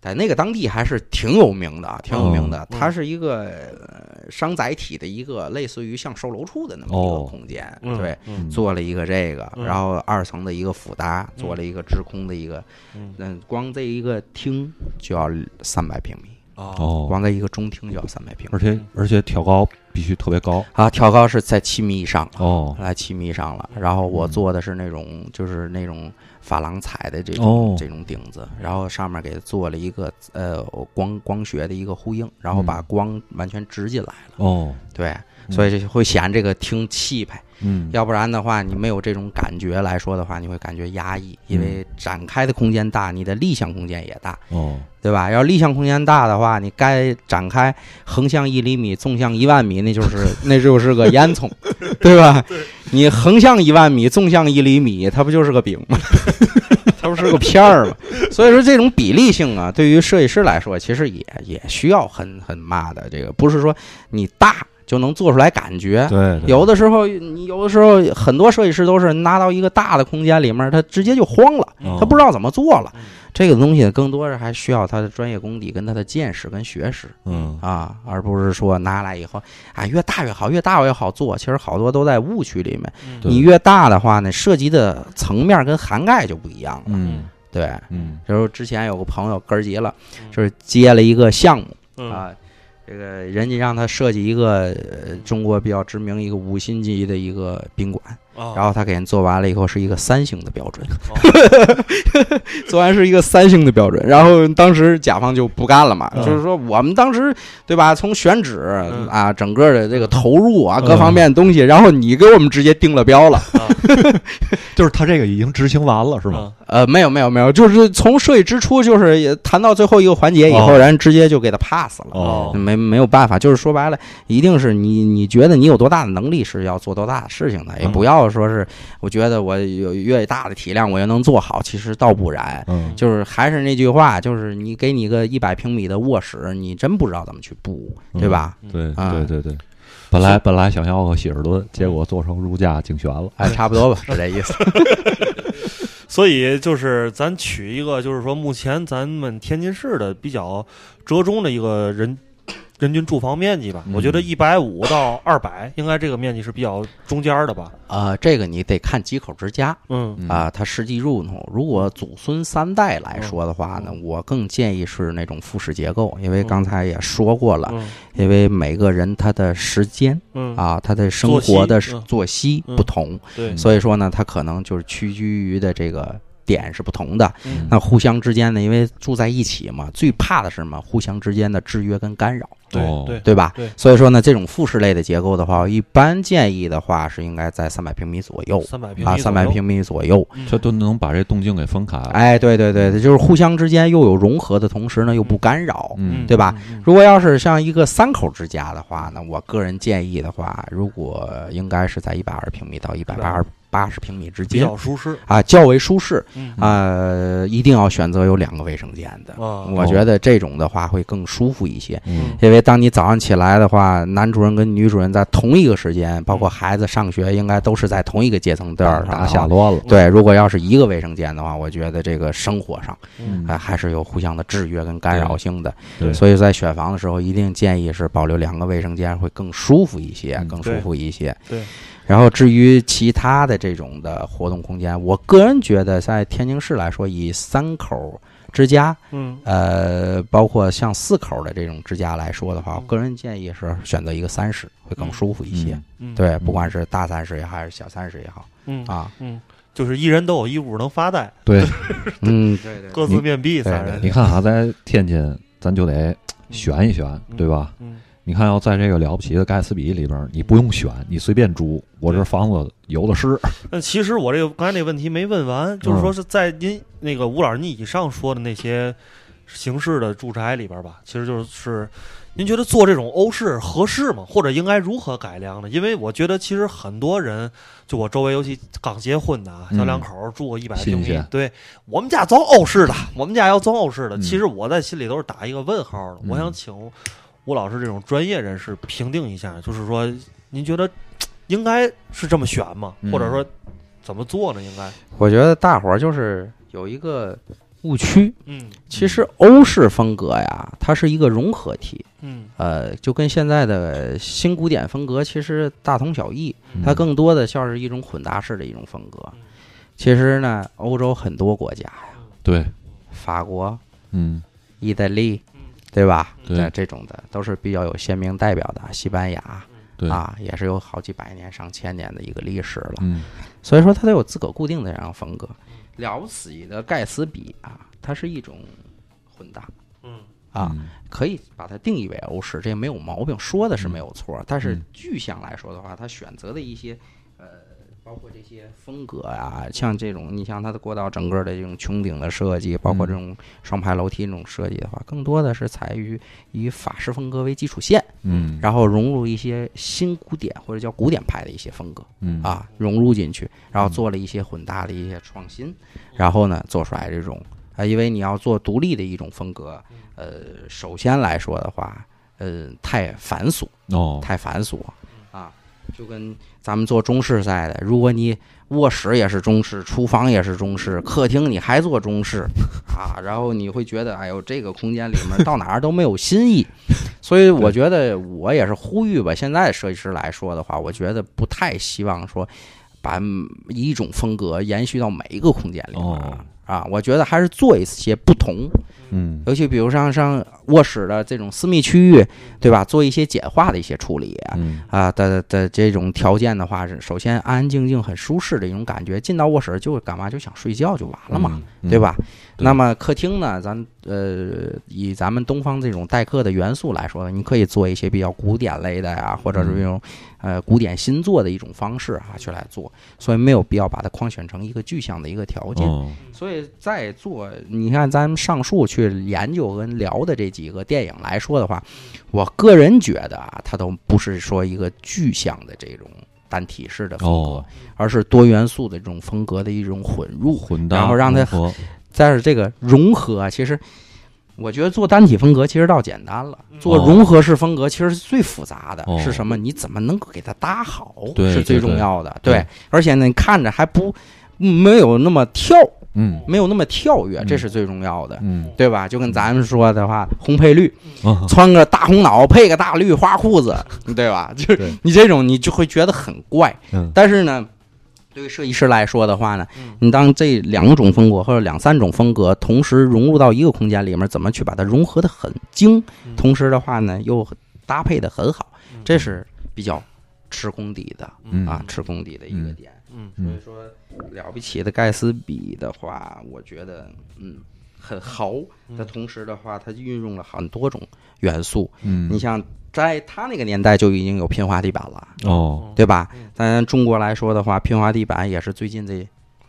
在那个当地还是挺有名的，啊，挺有名的。哦嗯它是一个、呃商载体的一个类似于像售楼处的那么一哦个空间，嗯对。嗯做了一个这个，嗯然后二层的一个辅搭，做了一个制空的一个，嗯嗯，光这一个厅就要三百平米，哦哦，光这一个中厅就要三百平米而且而且挑高必须特别高啊，挑高是在七米以上了哦来七米以上了。然后嗯我做的是那种就是那种珐琅彩的这哦种这种顶子，然后上面给做了一个呃光光学的一个呼应，然后把嗯光完全直进来了。哦，对，所以就会显这个厅气派，嗯，要不然的话，你没有这种感觉来说的话，你会感觉压抑，嗯因为展开的空间大，你的立项空间也大，哦对吧？要是立项空间大的话，你该展开横向一厘米，纵向一万米，那就是 那就是个烟囱，对吧？你横向一万米，纵向一厘米，它不就是个饼吗？它不是个片 儿吗？所以说这种比例性啊，对于设计师来说，其实也也需要很很嘛的。这个不是说你大就能做出来感觉，对，对有的时候你有的时候很多设计师都是拿到一个大的空间里面，他直接就慌了。哦他不知道怎么做了嗯。这个东西更多是还需要他的专业功底、跟他的见识跟学识嗯啊，而不是说拿来以后啊越大越好，越大越好做。其实好多都在误区里嗯面。对你越大的话呢，涉及的层面跟涵盖就不一样了。嗯对，嗯就是之前有个朋友根儿急了，嗯就是接了一个项目嗯啊。这个人家让他设计一个、呃、中国比较知名一个五星级的一个宾馆，啊，然后他给人做完了以后是一个三星的标准哦，做完是一个三星的标准。然后当时甲方就不干了嘛，嗯就是说我们当时对吧，从选址嗯啊，整个的这个投入啊，嗯各方面的东西，然后你给我们直接定了标了。就是他这个已经执行完了是吗？啊？呃，没有没有没有，就是从设计之初，就是也谈到最后一个环节以后，哦人直接就给他 pass 了。哦没没有办法，就是说白了，一定是你你觉得你有多大的能力是要做多大的事情的，也嗯不要说是我觉得我有越大的体量我越能做好，其实倒不然。嗯就是还是那句话，就是你给你个一百平米的卧室，你真不知道怎么去布，嗯对吧？对啊对对对，本来本来想要个希尔顿，结果做成如家竞选了。哎，差不多吧，是这意 思。所以就是咱取一个，就是说目前咱们天津市的比较折中的一个人人均住房面积吧。嗯我觉得一百五到二百，应该这个面积是比较中间儿的吧。啊，这个你得看几口之家嗯嗯啊，它实际入头。如果祖孙三代来说的话呢，我更建议是那种复式结构，因为嗯刚才也说过了，嗯因为每个人他的时间嗯，啊，他的生作息活的嗯作息嗯不同，对，所以说呢，他可能就是屈居于的这个点是不同的。嗯那互相之间呢，因为住在一起嘛，最怕的是什么？互相之间的制约跟干扰，哦对对，对吧？对所以说呢，这种复式类的结构的话，我一般建议的话是应该在三百平米左右三百平啊，米左三右百平米左右。嗯这都能把这动静给分开了。哎，对对对，就是互相之间又有融合的同时呢，又不干扰。嗯，对吧？嗯嗯如果要是像一个三口之家的话呢，我个人建议的话，如果应该是在一百二平米到一百八十八十平米之比间较舒适。啊，较为舒适。嗯呃，一定要选择有两个卫生间的，啊，我觉得这种的话会更舒服一些。嗯因为当你早上起来的话，男主人跟女主人在同一个时间，包括孩子上学，应该都是在同一个阶层段儿上打的嗯下话。乱了。对，如果要是一个卫生间的话，我觉得这个生活上嗯啊、呃还是有互相的制约跟干扰性的。嗯对所以在选房的时候，一定建议是保留两个卫生间，会更舒服一些嗯，更舒服一些。对对然后至于其他的这种的活动空间，我个人觉得在天津市来说，以三口之家，嗯呃，包括像四口的这种之家来说的话，嗯我个人建议是选择一个三室会更舒服一些。嗯嗯，对，不管是大三室也好，还是小三室也好嗯啊，嗯，就是一人都有一屋能发呆， 对，嗯，对对各自面壁对三对人。你看哈，啊在天津，咱就得选一选，对吧？嗯，你看，要在这个了不起的盖茨比里边，你不用选，你随便租，我这房子有的是。那其实嗯我这个刚才那问题没问完，就是说是在您那个吴老师你以上说的那些形式的住宅里边吧，其实就是您觉得做这种欧式合适吗？或者应该如何改良呢？因为我觉得其实很多人，就我周围，尤其刚结婚的啊，嗯小两口儿住个一百新平米鲜，对我们家装欧式的，我们家要装欧式的。嗯其实我在心里都是打一个问号的。嗯我想请吴老师这种专业人士评定一下，就是说您觉得嘖应该是这么选吗？嗯或者说怎么做呢？应该，我觉得大伙儿就是有一个 误区，嗯其实欧式风格呀，它是一个融合体，嗯，呃，就跟现在的新古典风格其实大同小异，它嗯更多的像是一种混搭式的一种风格嗯。其实呢，欧洲很多国家，对，法国、嗯，意大利嗯，对吧？对嗯这这种的都是比较有鲜明代表的，西班牙对，啊，也是有好几百年、上千年的一个历史了。嗯，所以说它都有自个固定的这样风格。了不起的盖茨比啊，它是一种混搭，嗯啊，嗯可以把它定义为欧式，这也没有毛病，说的是没有错。但是嗯具象来说的话，它选择的一些呃，包括这些风格啊，像这种你像它的过道整个的这种穹顶的设计，包嗯括这种双排楼梯这种设计的话，更多的是采于以法式风格为基础线，嗯，然后融入一些新古典或者叫古典派的一些风格。嗯，啊融入进去，然后做了一些混搭的一些创新，然后呢做出来这种啊、因为你要做独立的一种风格，呃，首先来说的话，呃，太繁琐，哦，太繁琐啊，就跟咱们做中式赛的，如果你卧室也是中式，厨房也是 中式，客厅你还做中式啊，然后你会觉得，哎呦，这个空间里面到哪儿都没有新 意，所以我觉得我也是呼吁吧，现在设计师来说的话，我觉得不太希望说把一种风格延续到每一个空间里面哦啊，我觉得还是做一些不同，嗯，尤其比如像像卧室的这种私密区域，对吧？做一些简化的一些处理啊、嗯，的的这种条件的话，是首先安安静静、很舒适的一种感觉。进到卧室就干嘛就想睡觉就完了嘛，嗯对？吧？对那么客厅呢，咱呃以咱们东方这种待客的元素来说，你可以做一些比较古典类的呀，或者是嗯这种呃古典新作的一种方式啊去来做，所以没有必要把它框选成一个具象的一个条件。哦，所以在做，你看咱们上述去研究跟聊的这几个电影来说的话，我个人觉得啊，它都不是说一个具象的这种单体式的风格，哦而是多元素的这种风格的一种混入。混搭，然后让它融合但是这个融合啊，其实我觉得做单体风格其实倒简单了，做哦融合式风格其实是最复杂的，哦是什么？你怎么能够给它搭好对是最对重对要的。对而且呢，你看着还不没有那么跳。嗯没有那么跳跃，嗯这是最重要的，嗯，对吧？就跟咱们说的话，红配绿，啊，穿个大红袄配个大绿花裤子， 对吧？就是嗯对你这种，你就会觉得很怪。嗯但是呢，对于设计师来说的话呢嗯，你当这两种风格或者两三种风格同时融入到一个空间里面，怎么去把它融合的很精嗯，同时的话呢又搭配的很好嗯，这是比较吃功底的嗯啊，吃功底的一个嗯点。嗯所以说了不起的盖茨比的话，我觉得嗯很豪嗯，但同时的话，它运用了很多种元素。嗯，你像在它那个年代就已经有拼花地板了，哦，对吧嗯？当然中国来说的话，拼花地板也是最近这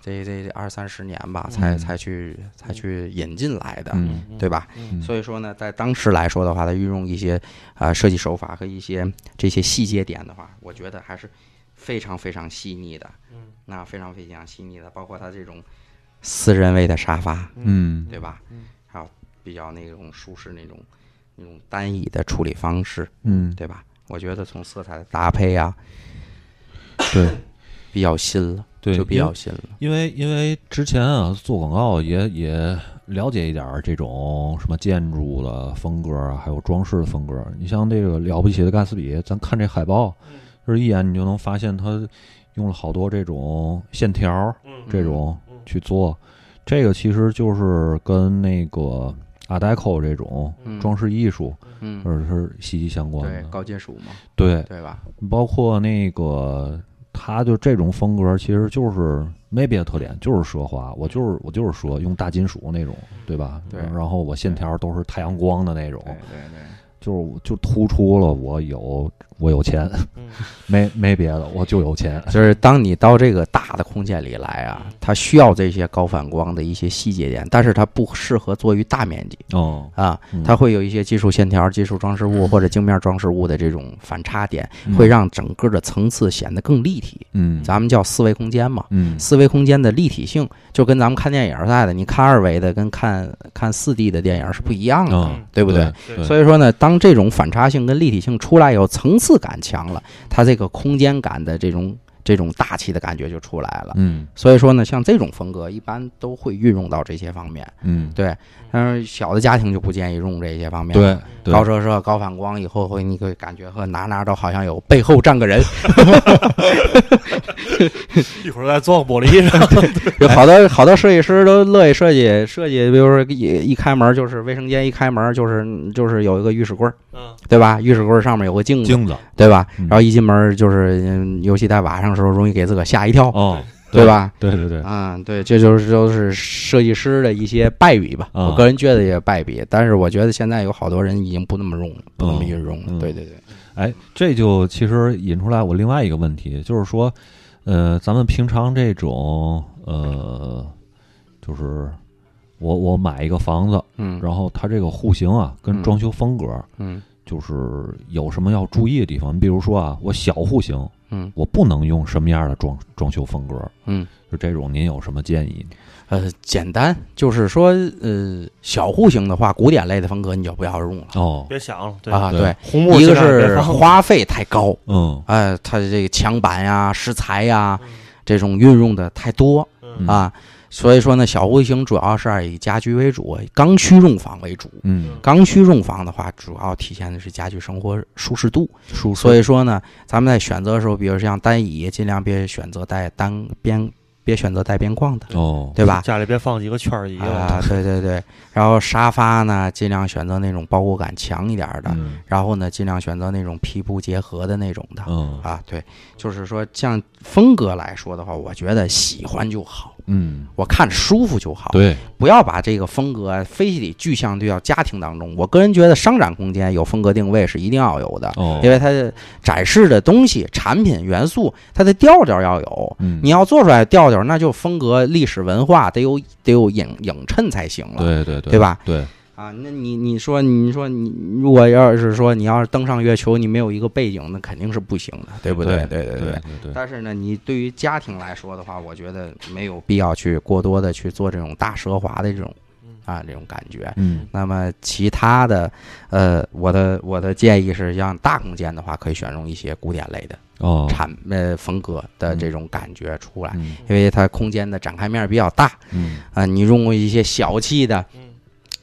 这这这二三十年吧，才嗯才去才去引进来的，嗯对吧？嗯所以说呢，在当时来说的话，它运用一些啊、呃设计手法和一些这些细节点的话，我觉得还是非常非常细腻的。嗯，那非常非常细腻的，包括它这种四人位的沙发，嗯对吧？嗯，还有比较那种舒适那种那种单椅的处理方式，嗯，对吧？我觉得从色彩的搭配 啊，对比较新了，对，就比较新了。因为因为之前啊做广告也也了解一点儿这种什么建筑的风格啊，还有装饰的风格。你像这个了不起的盖茨比，咱看这海报，嗯就是一眼你就能发现它用了好多这种线条儿嗯这种嗯去做。这个其实就是跟那个 Art Deco 这种嗯装饰艺术，嗯，或者是息息相关对，的。高金属嘛，对，对吧？包括那个，他就这种风格，其实就是没别的特点，就是奢华。我就是我就是说用大金属那种，对吧？对然后我线条都是太阳光的那种，对对，就是就突出了我有我有钱，嗯没没别的，我就有 钱。就是当你到这个大的空间里来嗯啊，它需要这些高反光的一些细节点，但是它不适合做于大面积哦，啊嗯，它会有一些技术线条、技术装饰物或者镜面装饰物的这种反差点，嗯会让整个的层次显得更立体。嗯咱们叫四维空间嘛，嗯四维空间的立体性就跟咱们看电影儿似的，你看二维的跟看看四 D 的电影儿是不一样的，啊对不对？对？嗯对所以说呢，当这种反差性跟立体性出来以后，层次感强了，它这个空间感的这种这种大气的感觉就出来了。嗯所以说呢，像这种风格一般都会运用到这些方面，嗯，对。但是小的家庭就不建议用这些方面。对，对高折射、高反光以后会，你会感觉和哪哪都好像有背后站 个人，哎一会儿再撞玻璃上，有好多好多设计师都乐意设计设计，比如说一一开门就是卫生间，一开门就是就是有一个浴室柜儿，嗯对吧？浴室柜儿上面有个镜子，镜子对吧？嗯然后一进门就是，嗯尤其在晚上的时候，容易给自个儿吓一跳，哦，对？吧？对对对，嗯，对，这就是就是设计师的一些败笔吧。啊我个人觉得也败笔，但是我觉得现在有好多人已经不那么用了，不那么嗯运用了。嗯对对对，哎，这就其实引出来我另外一个问题，就是说，呃，咱们平常这种呃，就是我我买一个房子，嗯，然后它这个户型啊，跟嗯装修风格，嗯就是有什么要注意的地方？你比如说啊，我小户型，嗯我不能用什么样的装装修风格？嗯，就这种，您有什么建议？呃，简单就是说，呃，小户型的话，古典类的风格你就不要用了哦，别想了，对啊。对对，红木一尽个量别是放花费太高，嗯哎，它这个墙板呀、石材呀嗯这种运用的太多，嗯啊，所以说呢，小户型主要是以家居为主，刚需用房为主。嗯刚需用房的话，主要体现的是家居生活舒适度。舒适所以说呢，咱们在选择的时候，比如像单椅，尽量别选择带单边，别选择带边框的，哦，对吧？家里别放几个圈儿仪了，啊，对对对。然后沙发呢，尽量选择那种包裹感强一点儿的。嗯然后呢，尽量选择那种皮布结合的那种的。嗯啊，对，就是说，像风格来说的话，我觉得喜欢就好，嗯，我看着舒服就好。对，不要把这个风格非得具象对到家庭当中。我个人觉得商展空间有风格定位是一定要有的，哦，因为它的展示的东西、产品元素，它的调调要有。嗯，你要做出来的调调，那就风格、历史文化得有得有影影衬才行了，对对对，对？吧？对，啊，那你你说你说你如果要是说你要是登上月球，你没有一个背景，那肯定是不行的，对不对对对对对对，但是呢，你对于家庭来说的话，我觉得没有必要去过多的去做这种大奢华的这种嗯啊这种感觉。嗯那么其他的，呃，我的我的建议是，像大空间的话，可以选用一些古典类的哦，产呃风格的这种感觉出来，嗯因为它空间的展开面比较大嗯啊、你用过一些小气的嗯，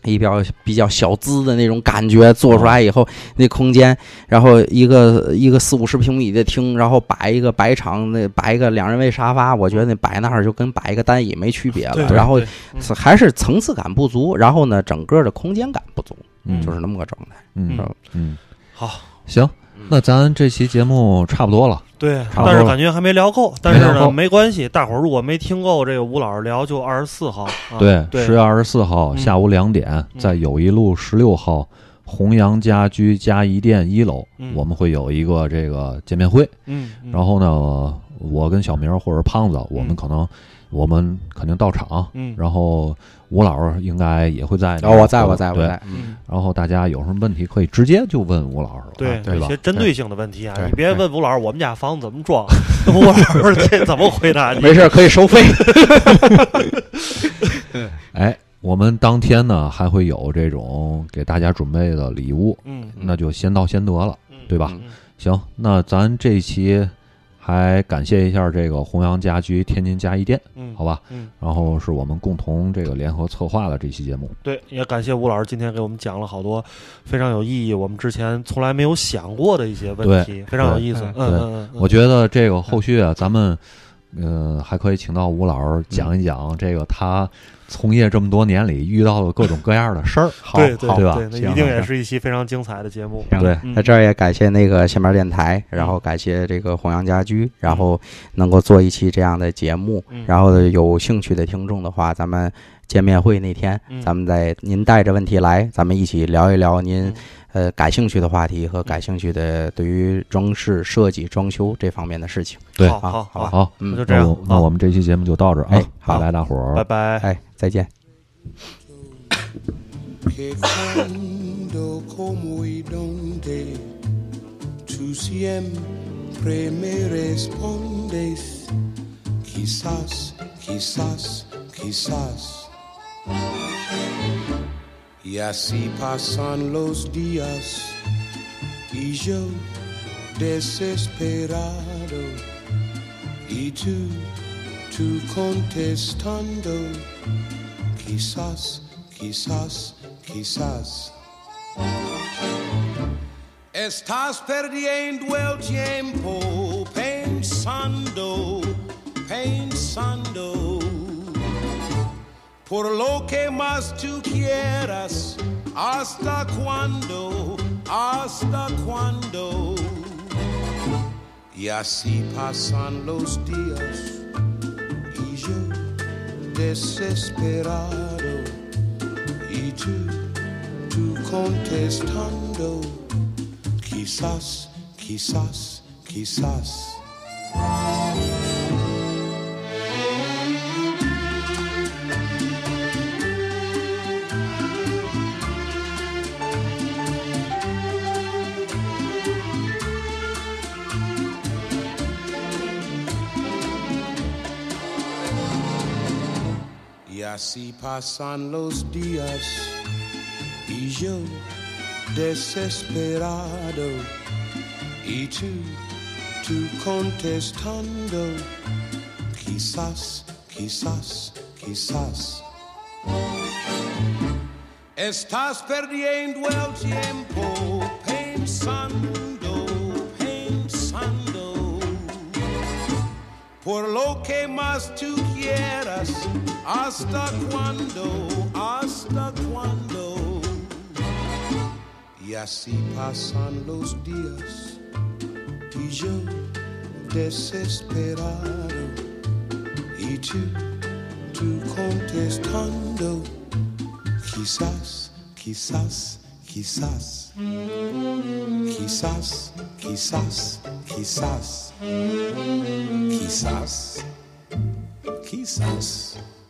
一比较比较小资的那种感觉做出来以后，那空间，然后一个一个四五十平米的厅，然后摆一个白场，那摆一个两人位沙发，我觉得那摆那儿就跟摆一个单椅没区别对了。对然后对是还是层次感不足，然后呢，整个的空间感不足，嗯，就是那么个状态。嗯嗯，好，行，那咱这期节目差不多了，对，差不多但是感觉还没聊够，但是没聊够呢，没关系，大伙儿如果没听够这个吴老师聊，就二十四号，啊对，对十月二十四号嗯下午两点，在友谊路十六号弘扬家居嘉怡店一楼，嗯我们会有一个这个见面会。嗯，嗯然后呢，我跟小明儿或者胖子，我们可能我们肯定到场，嗯，然后吴老师应该也会在那然儿。哦后我在我在我对。在，嗯嗯，然后大家有什么问题可以直接就问吴老师了，对，对有吧些？针对性的问题啊，对你别对问吴老师我们家房子怎么装，吴老师这怎么回答你？没事儿可 以收费。哎，我们当天呢还会有这种给大家准备的礼物，嗯，那就先到先得了。嗯，对吧嗯？行，那咱这期还感谢一下这个弘扬家居天津嘉义店，嗯，好，吧？嗯，然后是我们共同这个联合策划的这期节目。对，也感谢吴老师今天给我们讲了好多非常有意义，我们之前从来没有想过的一些问题，非常有意思。嗯对嗯嗯，嗯我觉得这个后续啊，咱们呃还可以请到吴老师嗯讲一讲这个他从业这么多年里遇到的各种各样的事 儿，好对好对吧？那行一定好也行是一期非常精彩的节目。行对，嗯在这儿也感谢那个下面电台，然后感谢这个弘扬家居，然后能够做一期这样的节目嗯，然后有兴趣的听众的话，咱们见面会那天嗯，咱们再您带着问题来，咱们一起聊一聊您嗯呃感兴趣的话题和感兴趣的对于装饰设计、装修这方面的事情。对好好好好吧好，好，那就嗯，这样那我，那啊我们这期节目就到这儿啊哎，拜好拜，大伙儿，拜拜。哎，再见。 Che quando come donde tu siempre me respondes, quizás, quizás, quizás. Y así pasan los días y yo desesperado y tú, tú contestando quizás, quizás, quizás. Estás perdiendo el tiempo pensando, pensando. Por lo que más tú quieras, hasta cuándo, hasta cuándo. Y así pasan los días y yo desesperado y tú, tú contestando, quizás, quizás, quizás. Y así pasan los días y yo desesperado y tú, tú contestando quizás, quizás, quizás. Estás perdiendo el tiempo pensando, pensando por lo que más tú quieras, hasta cuándo, hasta cuándo. Y así pasan assim los días y yo desesperado y tú, tú contestando, quizás, quizás, quizás, quizás, quizás, quizás. quizás, quizás.